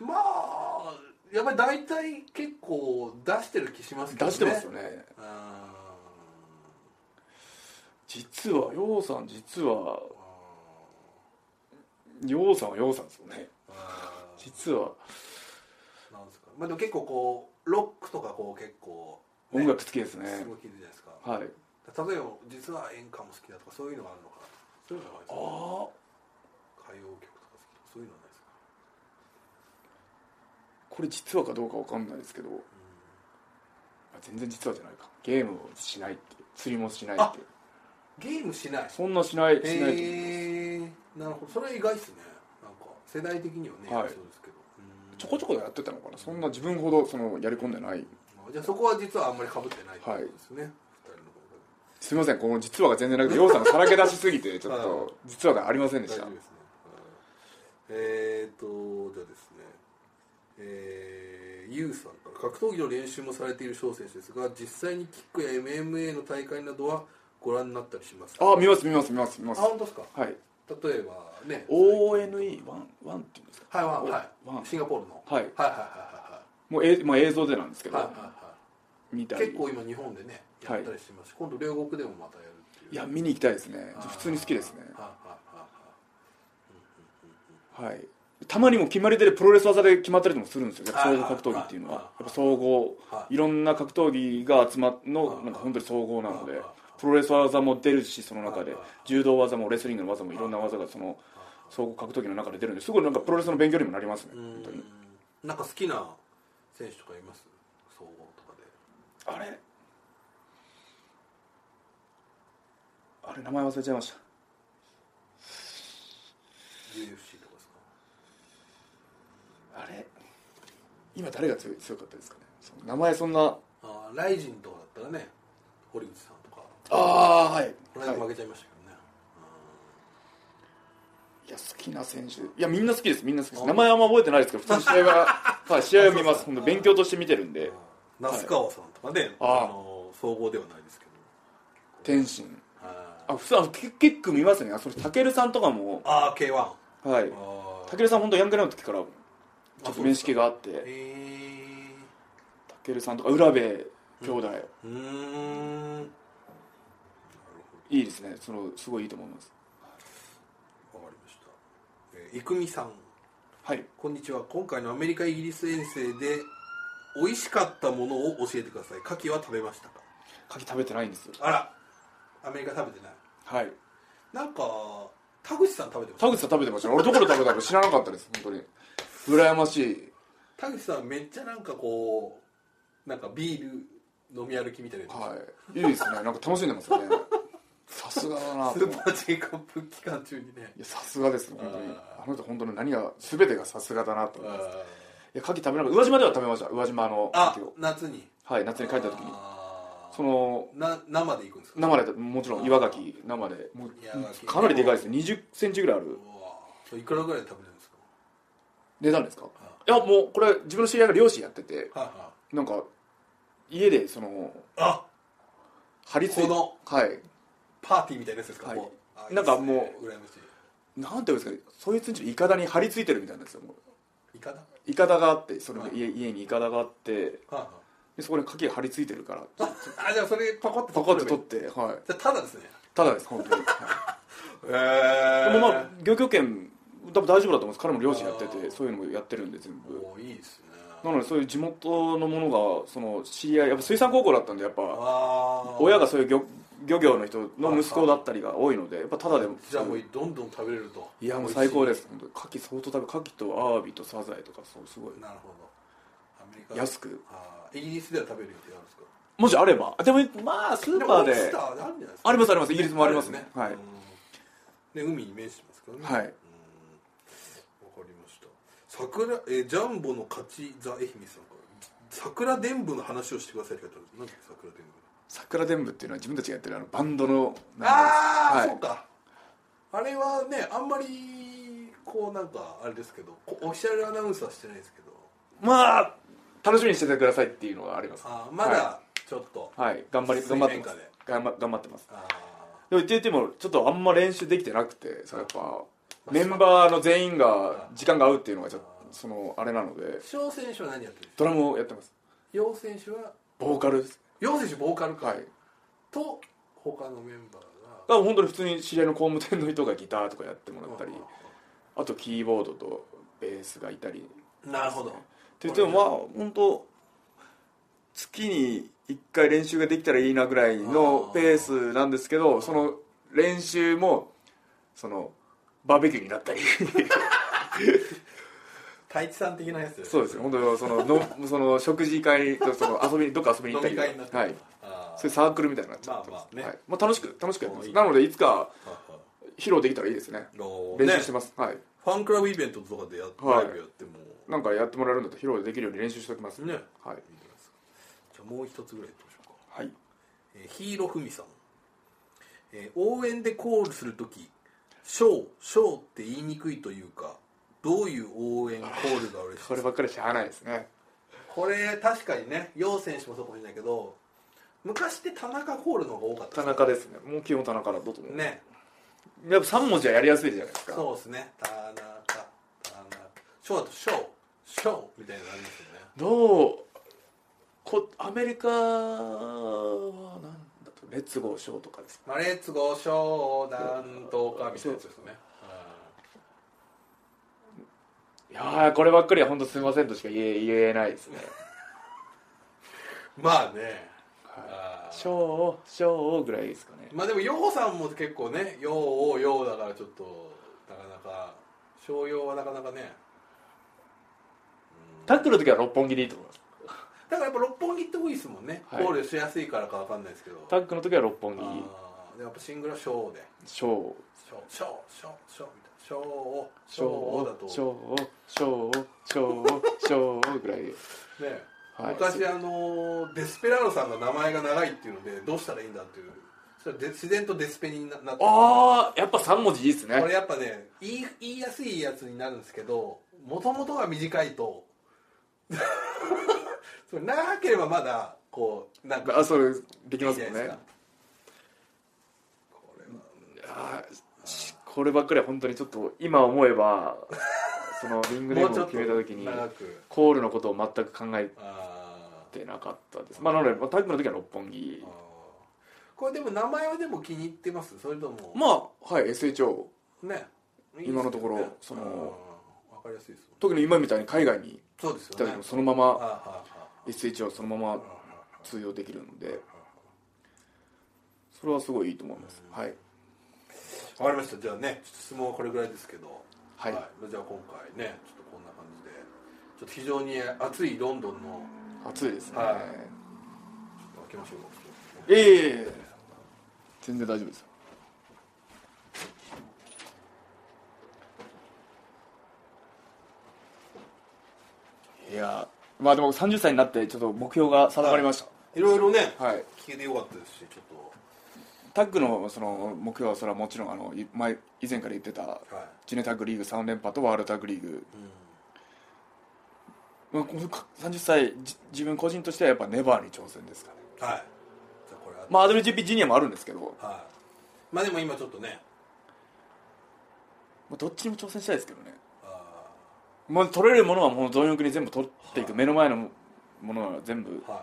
Speaker 2: まあやっぱり大体結構出してる気しますけどね
Speaker 1: 出してますよね
Speaker 2: あ
Speaker 1: 実はようさん実は
Speaker 2: ー
Speaker 1: ようさんはようさんですよね
Speaker 2: あー
Speaker 1: 実は
Speaker 2: なんですかまあでも結構こうロックとかこう結構ね、
Speaker 1: 音楽好きですね
Speaker 2: すごい聞いてるじゃないですか
Speaker 1: はい
Speaker 2: 例えば実は演歌も好きだとかそういうのがあるのかなそういうのがあるんですか
Speaker 1: あ
Speaker 2: 歌謡曲とか好きとかそういうのはないですか
Speaker 1: これ実はかどうかわかんないですけどあ全然実はじゃないかゲームをしないって釣りもしないっ
Speaker 2: あ
Speaker 1: て
Speaker 2: ゲームしない
Speaker 1: そんなしないしないと思います、
Speaker 2: へえなるほどそれ意外っすねなんか世代的にはね、
Speaker 1: はい
Speaker 2: そうですけどうん
Speaker 1: ちょこちょこやってたのかなそんな自分ほどそのやり込んでない
Speaker 2: じゃあそこは実はあんまり被ってないってことですね、二人の方が
Speaker 1: すみませんこの実話が全然なくてようさんがさらけ出しすぎ [laughs] てちょっ
Speaker 2: はい
Speaker 1: と実話がありませんで
Speaker 2: 大
Speaker 1: した
Speaker 2: 丈夫ですね、はいえーとじゃあですねえー、ユウさんから格闘技の練習もされている翔選手ですが実際にキックや MMA の大会などはご覧になったりしますか
Speaker 1: あ見ます見ます見ます見
Speaker 2: あ
Speaker 1: ます
Speaker 2: 本当ですか
Speaker 1: はい
Speaker 2: 例えばね
Speaker 1: ONE1 1っていうんですか
Speaker 2: はいワンは
Speaker 1: ワン
Speaker 2: いシンガポールの
Speaker 1: はい
Speaker 2: はいは
Speaker 1: もうえ、まあ、映像でなんですけ
Speaker 2: いはいはいはいはい
Speaker 1: ど
Speaker 2: は
Speaker 1: 見た
Speaker 2: いはい
Speaker 1: り
Speaker 2: 結構今日本でねやったりしてますし、今度両国でもまたやるっていう
Speaker 1: いや見に行きたいですね
Speaker 2: あー
Speaker 1: 普通に好きですね
Speaker 2: はいはいはいはい
Speaker 1: はいたまにも決まり手でプロレス技で決まったりもするんですよやっぱ
Speaker 2: はい
Speaker 1: 総
Speaker 2: は
Speaker 1: 合
Speaker 2: い
Speaker 1: 格闘技っていうのは
Speaker 2: はい
Speaker 1: やっぱ総合
Speaker 2: はい
Speaker 1: いろんな格闘技が集まっ
Speaker 2: は
Speaker 1: の
Speaker 2: い
Speaker 1: なんか本当に総合なの
Speaker 2: はい
Speaker 1: で
Speaker 2: はい
Speaker 1: プロレス技も出るしその中で
Speaker 2: はい
Speaker 1: 柔道技もレスリングの技もいろんな技がその総合格闘技の中で出るんですごいなんかプロレスの勉強にもなりますね
Speaker 2: う
Speaker 1: 本当に
Speaker 2: んなんか好きな選手とかいます総合とかで
Speaker 1: あれあれ名前忘れちゃいました
Speaker 2: UFC とかですか
Speaker 1: あれ今誰が強い強かったですかねその名前そんな
Speaker 2: あーライジンとかだったらね堀口さんとか
Speaker 1: ああはい、
Speaker 2: この間負けちゃいましたけどね、
Speaker 1: いや好きな選手いやみんな好きですみんな好きです名前あんま覚えてないですけど普通に試合 [laughs] ははい試合を見ます本当勉強として見てるんで
Speaker 2: 那須川さんとかね、
Speaker 1: あー
Speaker 2: あの総合ではないですけど
Speaker 1: 天心
Speaker 2: あー
Speaker 1: あ普通あのキキック見ますねあそれたけるさんとかも
Speaker 2: あー K1 あ
Speaker 1: はい
Speaker 2: ー
Speaker 1: たけるさん本当ヤングライオンの時からちょっと面識があって
Speaker 2: へえ
Speaker 1: たけるさんとか浦部兄弟、
Speaker 2: うーんなる
Speaker 1: いいですねそのすごいいいと思います
Speaker 2: ほどわかりました、えー、郁美さん
Speaker 1: はい
Speaker 2: こんにちは今回のアメリカイギリス遠征で美味しかったものを教えてください牡蠣は食べましたか
Speaker 1: 牡蠣食べてないんですよ
Speaker 2: あらアメリカ食べてない
Speaker 1: はい
Speaker 2: なんか田口さん食べてまし
Speaker 1: 田口さん食べてましたよ俺どこで食べたか知らなかったです本当に羨ましい
Speaker 2: た田口さんめっちゃなんかこうなんかビール飲み歩きみたいなやつ
Speaker 1: はいいいですねなんか楽しんでますよねさすがだな
Speaker 2: ス
Speaker 1: と思
Speaker 2: ー
Speaker 1: って
Speaker 2: パー J カップ期間中にね
Speaker 1: いやさすがですね本当に
Speaker 2: あ
Speaker 1: あの人本当に何が全てがさすがだなと思いますい
Speaker 2: あ
Speaker 1: や牡蠣食べなかった宇和島では食べました宇和島の
Speaker 2: あ
Speaker 1: 牡蠣を
Speaker 2: 夏に
Speaker 1: はい夏に帰った時に
Speaker 2: あー
Speaker 1: その
Speaker 2: な生で行くんですか
Speaker 1: 生でもちろん岩牡蠣生でもう
Speaker 2: 岩牡蠣
Speaker 1: かなりでかいです2 0センチぐらいある
Speaker 2: うわそれいくらぐらいで食べるんですか
Speaker 1: 値段ですか
Speaker 2: あ
Speaker 1: いやもうこれ自分の知り合いが漁師やってて
Speaker 2: はいは
Speaker 1: なんか家でその
Speaker 2: いあ
Speaker 1: 張り付いて
Speaker 2: この
Speaker 1: はい
Speaker 2: パーティーみたいなやつですか、
Speaker 1: はい
Speaker 2: もうあ
Speaker 1: なんかもう
Speaker 2: いいですね羨まし
Speaker 1: なんていうんですかねそいつんちのいかだに張り付いてるみたいなんですよもう
Speaker 2: いいかなはい
Speaker 1: かだがあってそれ
Speaker 2: はい
Speaker 1: 家家にいかだがあって
Speaker 2: いはい
Speaker 1: でそこに牡蠣が張り付いてるから
Speaker 2: あじゃあそれパコッて
Speaker 1: パカッと取
Speaker 2: 取
Speaker 1: っ
Speaker 2: って
Speaker 1: てはい
Speaker 2: じゃあただですね
Speaker 1: ただです本当に、は
Speaker 2: へえ
Speaker 1: い、でもまあ漁協権多分大丈夫だと思うんです彼も漁師やって
Speaker 2: あ
Speaker 1: て
Speaker 2: ー
Speaker 1: そういうのもやってるんで全部
Speaker 2: おーいいですね
Speaker 1: なのでそういう地元のものがその知り合いやっぱ水産高校だったんでやっぱ
Speaker 2: あー
Speaker 1: 親がそういう漁漁業の人の息子だったりが多いのでやっぱただでも
Speaker 2: じゃあもうどんどん食べれると
Speaker 1: いやもう最高ですす本当に牡蠣相当食べ牡蠣とアワビとサザエとかそうすごい
Speaker 2: なるほどアメリカ
Speaker 1: 安く
Speaker 2: あーイギリスでは食べる予定あるんですか
Speaker 1: もしあればでもまあスーパーで
Speaker 2: オイスターであるんじゃないですか
Speaker 1: ありますありますイギリスもありますね
Speaker 2: あ
Speaker 1: はい
Speaker 2: るよねうんで海に面してますからね
Speaker 1: はい
Speaker 2: うんわかりました桜えージャンボの勝ち座愛媛さんから桜伝舞の話をしてくださいって書いてあるなんで桜伝
Speaker 1: 桜伝舞っていうのは自分たちがやってるあのバンドの名前
Speaker 2: 舞
Speaker 1: です
Speaker 2: ああ、
Speaker 1: はい
Speaker 2: そうかあれはねあんまりこうなんかあれですけどこうオフィシャルアナウンスはしてないですけど
Speaker 1: まあ楽しみにしててくださいっていうのがあります
Speaker 2: あーまだちょっと、
Speaker 1: はい頑張り
Speaker 2: 水
Speaker 1: 頑
Speaker 2: 面
Speaker 1: 張ってます
Speaker 2: 下で
Speaker 1: 頑張頑張ってます
Speaker 2: あ
Speaker 1: でも言って言ってもちょっとあんま練習できてなくてそれやっぱメンバーの全員が時間が合うっていうのがちょっとそのあれなので
Speaker 2: ー小選手は何やってるんですか
Speaker 1: ドラムをやってます
Speaker 2: 陽選手は
Speaker 1: ボーカルです
Speaker 2: 陽選手ボーカルか、
Speaker 1: はい
Speaker 2: と他のメンバーが
Speaker 1: だから本当に普通に知り合いの工務店の人がギターとかやってもらったりあとキーボードとベースがいたり
Speaker 2: なるほど
Speaker 1: って言ってもまあ本当月に1回練習ができたらいいなぐらいのペースなんですけどその練習もそのバーベキューになったり
Speaker 2: 太一さん的なやつ
Speaker 1: そうですね本当そのの [laughs] その食事会とその遊びにどっか遊びに行ったり
Speaker 2: 飲み会になって
Speaker 1: はい、
Speaker 2: あー
Speaker 1: そういうサークルみたいになっちゃって
Speaker 2: まあ
Speaker 1: ま、
Speaker 2: ますあね
Speaker 1: はいまあ、楽しく楽しくやってま
Speaker 2: もうい
Speaker 1: す
Speaker 2: い
Speaker 1: なのでいつか
Speaker 2: はいは
Speaker 1: 披露できたらいいですね
Speaker 2: いどう
Speaker 1: 練習して
Speaker 2: ね
Speaker 1: ます、はい
Speaker 2: ファンクラブイベントとかでやって、
Speaker 1: はい
Speaker 2: ライブやっても
Speaker 1: なんかやってもらえるんだと披露できるように練習しておきます
Speaker 2: ね
Speaker 1: はい
Speaker 2: いいじゃないですかじゃあもう一つぐらいやってみましょうか
Speaker 1: はい
Speaker 2: えーヒーロフミさん、えー応援でコールするとき「ショーショー」って言いにくいというかどういう応援コールが嬉しい
Speaker 1: そればっかりしゃあないですね
Speaker 2: [laughs] これ確かにね楊選手もそうかもしれないけど昔って田中コールの方が多かった
Speaker 1: 田中ですねもう基本田中だと思う
Speaker 2: ね
Speaker 1: やっぱ3文字はやりやすいじゃないですか
Speaker 2: そうですね田中田中ショーだと「ショーショー」みたいなのありますよね
Speaker 1: どうこアメリカはなんだとレッツゴーショーとかです
Speaker 2: まあレッツゴーショーなんとかみたいなやつですね
Speaker 1: いやーこればっかりは本当すみませんとしか言え言えないですね
Speaker 2: うんまあねあ
Speaker 1: はい
Speaker 2: ー
Speaker 1: ショーをショーをぐらいですかね
Speaker 2: まあでもヨウさんも結構ねヨウをヨウだからちょっとなかなか商用はなかなかね
Speaker 1: タックルの時は六本木でいいと思います
Speaker 2: だからやっぱ六本木って多いですもんね、
Speaker 1: はい
Speaker 2: コールしやすいからかわかんないですけど
Speaker 1: タックの時は六本木
Speaker 2: あーでやっぱシングルはショーで
Speaker 1: ショー
Speaker 2: ショーショーショーショーみたいなショーをシ
Speaker 1: シ
Speaker 2: ョ
Speaker 1: ョ
Speaker 2: ー
Speaker 1: ー
Speaker 2: をだ
Speaker 1: を
Speaker 2: と
Speaker 1: ショーをショーをショーをショーをぐらいで
Speaker 2: ね、
Speaker 1: はい
Speaker 2: 昔あのデスペラードさんの名前が長いっていうのでどうしたらいいんだっていうそれで自然とデスペにななって
Speaker 1: ああやっぱ3文字いいです
Speaker 2: これ
Speaker 1: ね
Speaker 2: やっぱね言い言いやすいやつになるんですけどもともとが短いと [laughs] それ長ければまだこうなんか
Speaker 1: あそれでき
Speaker 2: いい
Speaker 1: ま
Speaker 2: じ
Speaker 1: す
Speaker 2: ゃな
Speaker 1: も
Speaker 2: い
Speaker 1: んね
Speaker 2: ですかこれ
Speaker 1: あ
Speaker 2: は
Speaker 1: ーしこればっかりは本当にちょっと今思えばそのリングネームを決めた時に
Speaker 2: もうちょっと長く
Speaker 1: コールのことを全く考え
Speaker 2: あー
Speaker 1: てなかったですまあなのでまあタッグの時は六本木
Speaker 2: あーこれでも名前はでも気に入ってますそれとも
Speaker 1: まあはい SHO
Speaker 2: ねいいですよね
Speaker 1: 今のところ
Speaker 2: うん
Speaker 1: その
Speaker 2: わかりやすいですよ
Speaker 1: 特に今みたいに海外に
Speaker 2: そうです
Speaker 1: 行った
Speaker 2: よ
Speaker 1: 時
Speaker 2: ね
Speaker 1: もそのま
Speaker 2: あー
Speaker 1: ま
Speaker 2: は
Speaker 1: SHO そのまま
Speaker 2: ーはーはー
Speaker 1: 通用できるのでそれはすごいいいと思いますはい
Speaker 2: わかりましたじゃあねちょっと質問はこれぐらいですけど
Speaker 1: はい
Speaker 2: じゃあ今回ねちょっとこんな感じでちょっと非常に暑いロンドンの
Speaker 1: 暑いですね
Speaker 2: はいちょっと開けましょうか
Speaker 1: いえいえいえ全然大丈夫ですよいやーまあでも30歳になってちょっと目標が定まりまし
Speaker 2: いろいろね
Speaker 1: たはい
Speaker 2: 聞けてよかったですしちょっ
Speaker 1: タッグのその目標はそれはもちろんあのい前以前から言ってた
Speaker 2: とはい
Speaker 1: ジュネタッグリーグ3連覇とワールドタッグリーグ、まあ、このか30歳じ自分個人としてはやっぱネバーに挑戦ですかね
Speaker 2: はいじゃあこれは
Speaker 1: まあ WGP ジュニアもあるんですけど、ま
Speaker 2: はいまあでも今ちょっとね
Speaker 1: あ、どっちにも挑戦したいですけどね
Speaker 2: あ
Speaker 1: もう取れるものはもう貪欲に全部取っていく、目の前のものは全部
Speaker 2: ーはいはい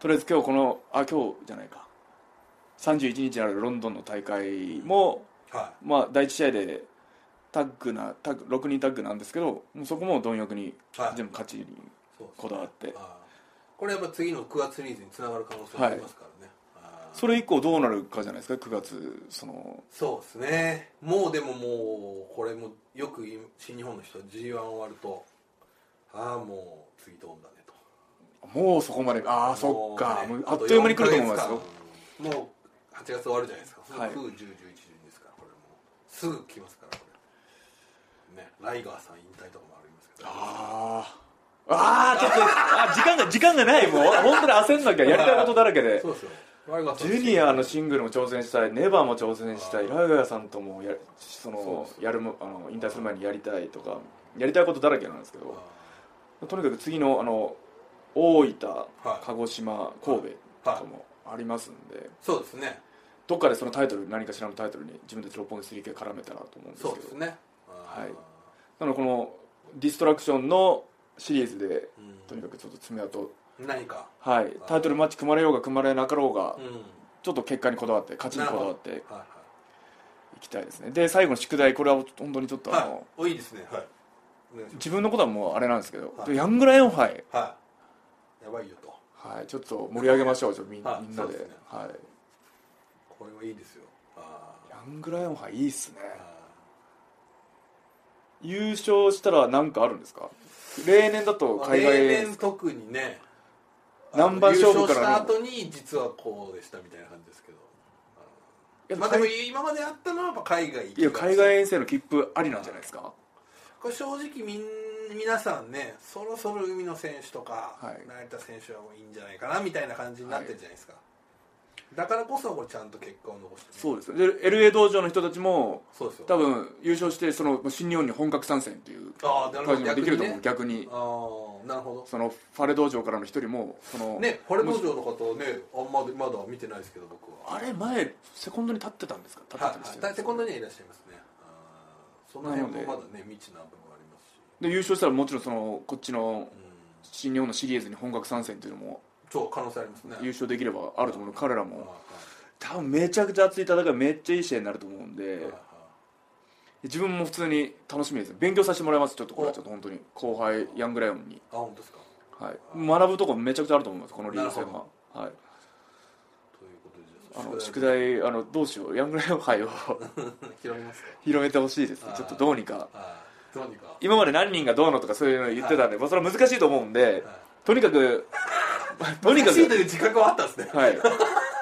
Speaker 1: とりあえず今日このあ今日じゃないか31日にあるロンドンの大会も、
Speaker 2: はいは
Speaker 1: まあ、第1試合でタッグなタッグ6人タッグなんですけどもうそこも貪欲に
Speaker 2: はい
Speaker 1: 全部勝ちに
Speaker 2: いそうですね
Speaker 1: こだわって、
Speaker 2: あーこれやっぱ次の9月シリーズにつながる可能性もありますからねあー
Speaker 1: それ以降どうなるかじゃないですか9月その
Speaker 2: そうですねもうでももうこれもよく言う新日本の人は g 1終わるとああもう次どうだねと
Speaker 1: もうそこまでああそっか
Speaker 2: も
Speaker 1: も
Speaker 2: う
Speaker 1: う
Speaker 2: ね
Speaker 1: あっという間に来ると思いますよ
Speaker 2: あと4ヶ月間もう8月終わるじゃないですか
Speaker 1: はい
Speaker 2: 9、10、11、12ですからこれもうすぐ来ますからこれねライガーさん引退とかもありますけど
Speaker 1: あーあーちょっとあ時間が時間がないもう本当に焦んなきゃやりたいことだらけで
Speaker 2: そうですよライガー
Speaker 1: ジ
Speaker 2: さん
Speaker 1: ュニアのシングルも挑戦したいネバーも挑戦したい
Speaker 2: あ
Speaker 1: ライガーさんともやそ
Speaker 2: そう
Speaker 1: の
Speaker 2: そ
Speaker 1: やるもあの引退する前にやりたいとかやりたいことだらけなんですけどとにかく次のあの大分、
Speaker 2: はい
Speaker 1: 鹿児島神戸とかもありますんで、
Speaker 2: そうですね
Speaker 1: どっかでそのタイトル何かしらのタイトルに自分たち六本木 3K 絡めたらと思うんですけ
Speaker 2: そ
Speaker 1: ど
Speaker 2: うですねは
Speaker 1: はいなのでこのディストラクションのシリーズでとにかくちょっと爪痕
Speaker 2: 何か
Speaker 1: はいタイトルマッチ組まれようが組まれなかろうが、
Speaker 2: うん
Speaker 1: ちょっと結果にこだわって勝ちにこだわって
Speaker 2: はいはい
Speaker 1: いきたいですねで最後の宿題これは本当にちょっとあの、
Speaker 2: はいおいいですねはいお願いします
Speaker 1: 自分のことはもうあれなんですけど、
Speaker 2: はい
Speaker 1: ヤングライオン杯、
Speaker 2: はいやばいよと
Speaker 1: はい、ちょっと盛り上げましょうちょっとみ,、
Speaker 2: はい
Speaker 1: みんなで
Speaker 2: そうですね
Speaker 1: はい、
Speaker 2: これはいいですよあ
Speaker 1: ヤングライオン杯いいっすね
Speaker 2: ーあ
Speaker 1: 優勝したら何かあるんですか例年だと
Speaker 2: ーまあ
Speaker 1: 海外
Speaker 2: 例年特にね
Speaker 1: ナンバー勝負からの
Speaker 2: 優勝した後に実はこうでしたみたいな感じですけど
Speaker 1: いや
Speaker 2: まあでも
Speaker 1: 海
Speaker 2: 今まであったのはやっぱ海外行
Speaker 1: いや海外遠征の切符ありなんじゃないですか
Speaker 2: これ正直みん皆さんねそろそろ海野選手とか、
Speaker 1: はい
Speaker 2: 成田選手はもういいんじゃないかなみたいな感じになってるじゃないですか、だからこそこれちゃんと結果を残してね、
Speaker 1: そうですねで LA 道場の人たちも
Speaker 2: そうですよ
Speaker 1: 多分優勝してその新日本に本格参戦っていう
Speaker 2: あーなるほど
Speaker 1: 感じもできると思う逆に,、
Speaker 2: ああなるほ
Speaker 1: そのファレ道場からの一人もその
Speaker 2: どねこれ道場の方ねあんまりまだ見てないですけど僕は
Speaker 1: あれ前セコンドに立ってたんですか立っ
Speaker 2: は
Speaker 1: てたんです
Speaker 2: い
Speaker 1: よ
Speaker 2: はいセコンドにはいらっしゃいますねあーその辺もまだね未知な部分ありますし、
Speaker 1: で優勝したらもちろんそのこっちの
Speaker 2: うん、
Speaker 1: 新日本のシリーズに本格参戦っていうのも
Speaker 2: そう可能性ありますね
Speaker 1: 優勝できればあると思うので彼ら
Speaker 2: はい
Speaker 1: も
Speaker 2: は
Speaker 1: 多分めちゃくちゃ熱い戦いめっちゃいい試合になると思うん
Speaker 2: い
Speaker 1: で
Speaker 2: はいはい
Speaker 1: 自分も普通に楽しみです勉強させてもらいますちょっとこれはちょっと本当に後輩ヤングライオンに、
Speaker 2: あ本当ですか
Speaker 1: はい、学ぶとこめちゃくちゃあると思いますこのリーグ戦
Speaker 2: なる
Speaker 1: は
Speaker 2: ほ。
Speaker 1: はい、
Speaker 2: ということでじ
Speaker 1: あ
Speaker 2: ゃ
Speaker 1: の宿題あのどうしようヤングライオン杯を [laughs]
Speaker 2: 拾いますか
Speaker 1: 広めてほしいです
Speaker 2: あー
Speaker 1: ちょっとどうにか
Speaker 2: はいどうにか
Speaker 1: 今まで何人がどうのとかそういうの言ってたんで、まあそれは難しいと思うんで、
Speaker 2: はい
Speaker 1: とにかく [laughs] とにか
Speaker 2: 難しい
Speaker 1: く
Speaker 2: という自覚はあったんですね
Speaker 1: はい、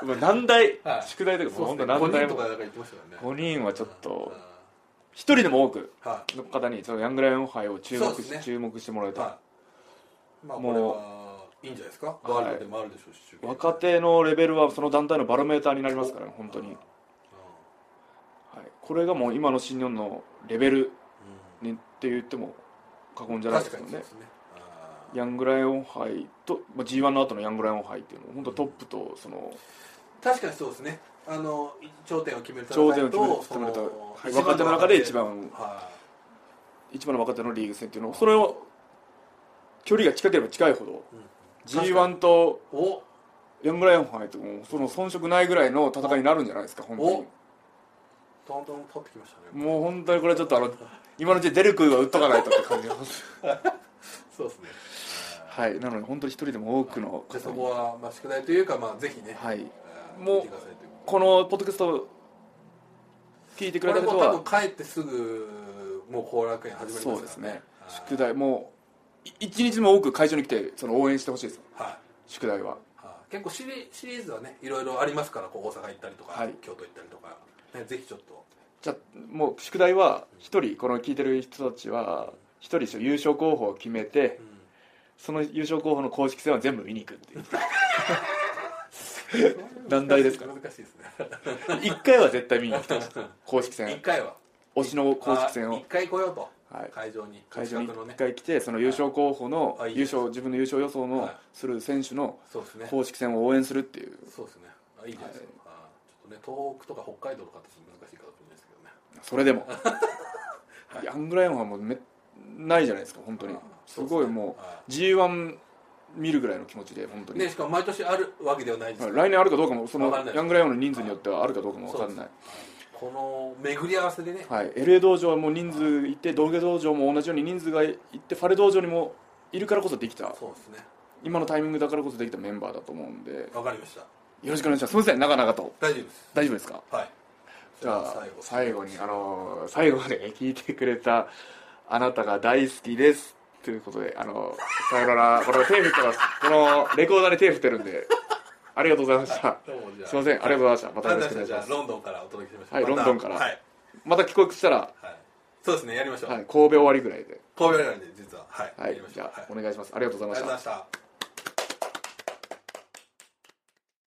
Speaker 1: もう難題、
Speaker 2: はい
Speaker 1: 宿題とかもう
Speaker 2: そう
Speaker 1: 本
Speaker 2: で
Speaker 1: 当
Speaker 2: すね5
Speaker 1: 難題
Speaker 2: 人と
Speaker 1: も
Speaker 2: かなんか言ってましたよね
Speaker 1: 5人はちょっと
Speaker 2: う
Speaker 1: 一人でも多く
Speaker 2: んは
Speaker 1: の方にそのヤングライオン杯を注目
Speaker 2: そうで
Speaker 1: し、
Speaker 2: すね
Speaker 1: 注目してもらい
Speaker 2: い
Speaker 1: たい、
Speaker 2: はいまあ
Speaker 1: も
Speaker 2: こ
Speaker 1: う
Speaker 2: れはいいんじゃないですかワールドでもあるでしょうし中継
Speaker 1: 若手のレベルはその団体のバロメーターになりますからね本当に、
Speaker 2: う
Speaker 1: は
Speaker 2: ん
Speaker 1: い、これがもう今の新日本のレベルにって言っても過言じゃないで
Speaker 2: 確
Speaker 1: す
Speaker 2: か
Speaker 1: よ
Speaker 2: にそう
Speaker 1: ね
Speaker 2: ですねあー
Speaker 1: ヤングライオン杯と、まあ、G1 の後のヤングライオン杯っていうのは本当トップとその
Speaker 2: 確かにそうですねあの頂点を決める戦
Speaker 1: 頂
Speaker 2: いと
Speaker 1: 点を決める
Speaker 2: その
Speaker 1: 決める若手の中で一番
Speaker 2: は
Speaker 1: 一番の若手のリーグ戦っていうのをそれを距離が近ければ近いほど
Speaker 2: いうん
Speaker 1: G1 と
Speaker 2: お
Speaker 1: ヤングライオン杯ともうその遜色ないぐらいの戦いになるんじゃないですか本当
Speaker 2: どんどん取ってきました
Speaker 1: に
Speaker 2: ね
Speaker 1: もう本当にこれはちょっとあの今のうちにデルクは打っとかないとって感じが
Speaker 2: そうですね
Speaker 1: はいなので本当に一人でも多くの
Speaker 2: じゃあ
Speaker 1: 方
Speaker 2: そ
Speaker 1: に
Speaker 2: こはまあ宿題というかまあぜひね
Speaker 1: はい
Speaker 2: あー
Speaker 1: もう
Speaker 2: 見てくださいという
Speaker 1: このポッドキャストを聞いてく
Speaker 2: こ
Speaker 1: れた
Speaker 2: れも
Speaker 1: 人
Speaker 2: 多
Speaker 1: は
Speaker 2: 分帰ってすぐもう後楽園始まりますから
Speaker 1: そうですね
Speaker 2: あー
Speaker 1: 宿題もうい一日でも多く会場に来てその応援してほしいです
Speaker 2: はい
Speaker 1: 宿題は
Speaker 2: はい結構シリシリーズはねいろいろありますからこう大阪行ったりとか、
Speaker 1: はい
Speaker 2: 京都行ったりとか、ね、ぜひちょっと
Speaker 1: じゃあもう宿題は一人この聞いてる人たちは一人優勝候補を決めて
Speaker 2: うん
Speaker 1: その優勝候補の公式戦は全部見に行くっていう [laughs] 難題ですか
Speaker 2: 難しいですね
Speaker 1: 一回は絶対見に行きたい
Speaker 2: [laughs]
Speaker 1: 公式
Speaker 2: 一
Speaker 1: 戦
Speaker 2: 回は
Speaker 1: 推しの公式戦
Speaker 2: あ
Speaker 1: を
Speaker 2: 一回来ようと、
Speaker 1: はい
Speaker 2: 会場に
Speaker 1: 会場に
Speaker 2: お近くの
Speaker 1: 一
Speaker 2: ね
Speaker 1: 回来てその優勝候補の
Speaker 2: はいあいい
Speaker 1: 優
Speaker 2: です
Speaker 1: 勝自分の優勝予想の
Speaker 2: はい
Speaker 1: する選手の
Speaker 2: そうですね
Speaker 1: 公式戦を応援するっていう
Speaker 2: そうですねあいいじゃないですか、あーちょっとね東北とか北海道とかってちょっと難しいかもしれないですけどね
Speaker 1: それでも
Speaker 2: はい
Speaker 1: ヤングライオンはもうめないじゃないですか本当に
Speaker 2: あー
Speaker 1: すごいもう G1 見るぐらいの気持ちで本当に
Speaker 2: ねしかも毎年あるわけではないです
Speaker 1: は
Speaker 2: か
Speaker 1: い
Speaker 2: ら
Speaker 1: 来年あるかどうかもその
Speaker 2: わかんない
Speaker 1: ヤングライオンの人数によってはあるかどうかも分かんない、
Speaker 2: この巡り合わせでね、
Speaker 1: はい、LA 道場はもう人数いて道下道場も同じように人数がいってファレ道場にもいるからこそできた
Speaker 2: そうですね
Speaker 1: 今のタイミングだからこそできたメンバーだと思うんでよ
Speaker 2: わかりました
Speaker 1: ろしくお願いしますすみません長々と
Speaker 2: 大丈夫です
Speaker 1: 大丈夫ですか
Speaker 2: はい
Speaker 1: じゃあ
Speaker 2: 最
Speaker 1: 最
Speaker 2: 後
Speaker 1: 後にあのー最後まで聞いてくれたあなたが大好きですということであのさよならこれテープからこのレコーダーに手振ってるんでありがとうございました
Speaker 2: どうもじゃあ
Speaker 1: すいませんありがとうございましたまたよろしくお願いし
Speaker 2: じゃ
Speaker 1: ま
Speaker 2: あ
Speaker 1: す
Speaker 2: ロンドンからお届けしましょう
Speaker 1: はい
Speaker 2: また
Speaker 1: ロンドンから
Speaker 2: はい、
Speaker 1: また帰国したら、
Speaker 2: はい、そうですねやりましょう、
Speaker 1: はい、神戸終わりぐらいで
Speaker 2: 神戸なんで実ははい、
Speaker 1: は
Speaker 2: や
Speaker 1: い
Speaker 2: りまし
Speaker 1: じ
Speaker 2: ょう
Speaker 1: ゃ
Speaker 2: はい
Speaker 1: あお願いしますありがとうござい
Speaker 2: あり
Speaker 1: ま
Speaker 2: が
Speaker 1: し
Speaker 2: とうござ
Speaker 1: た
Speaker 2: いました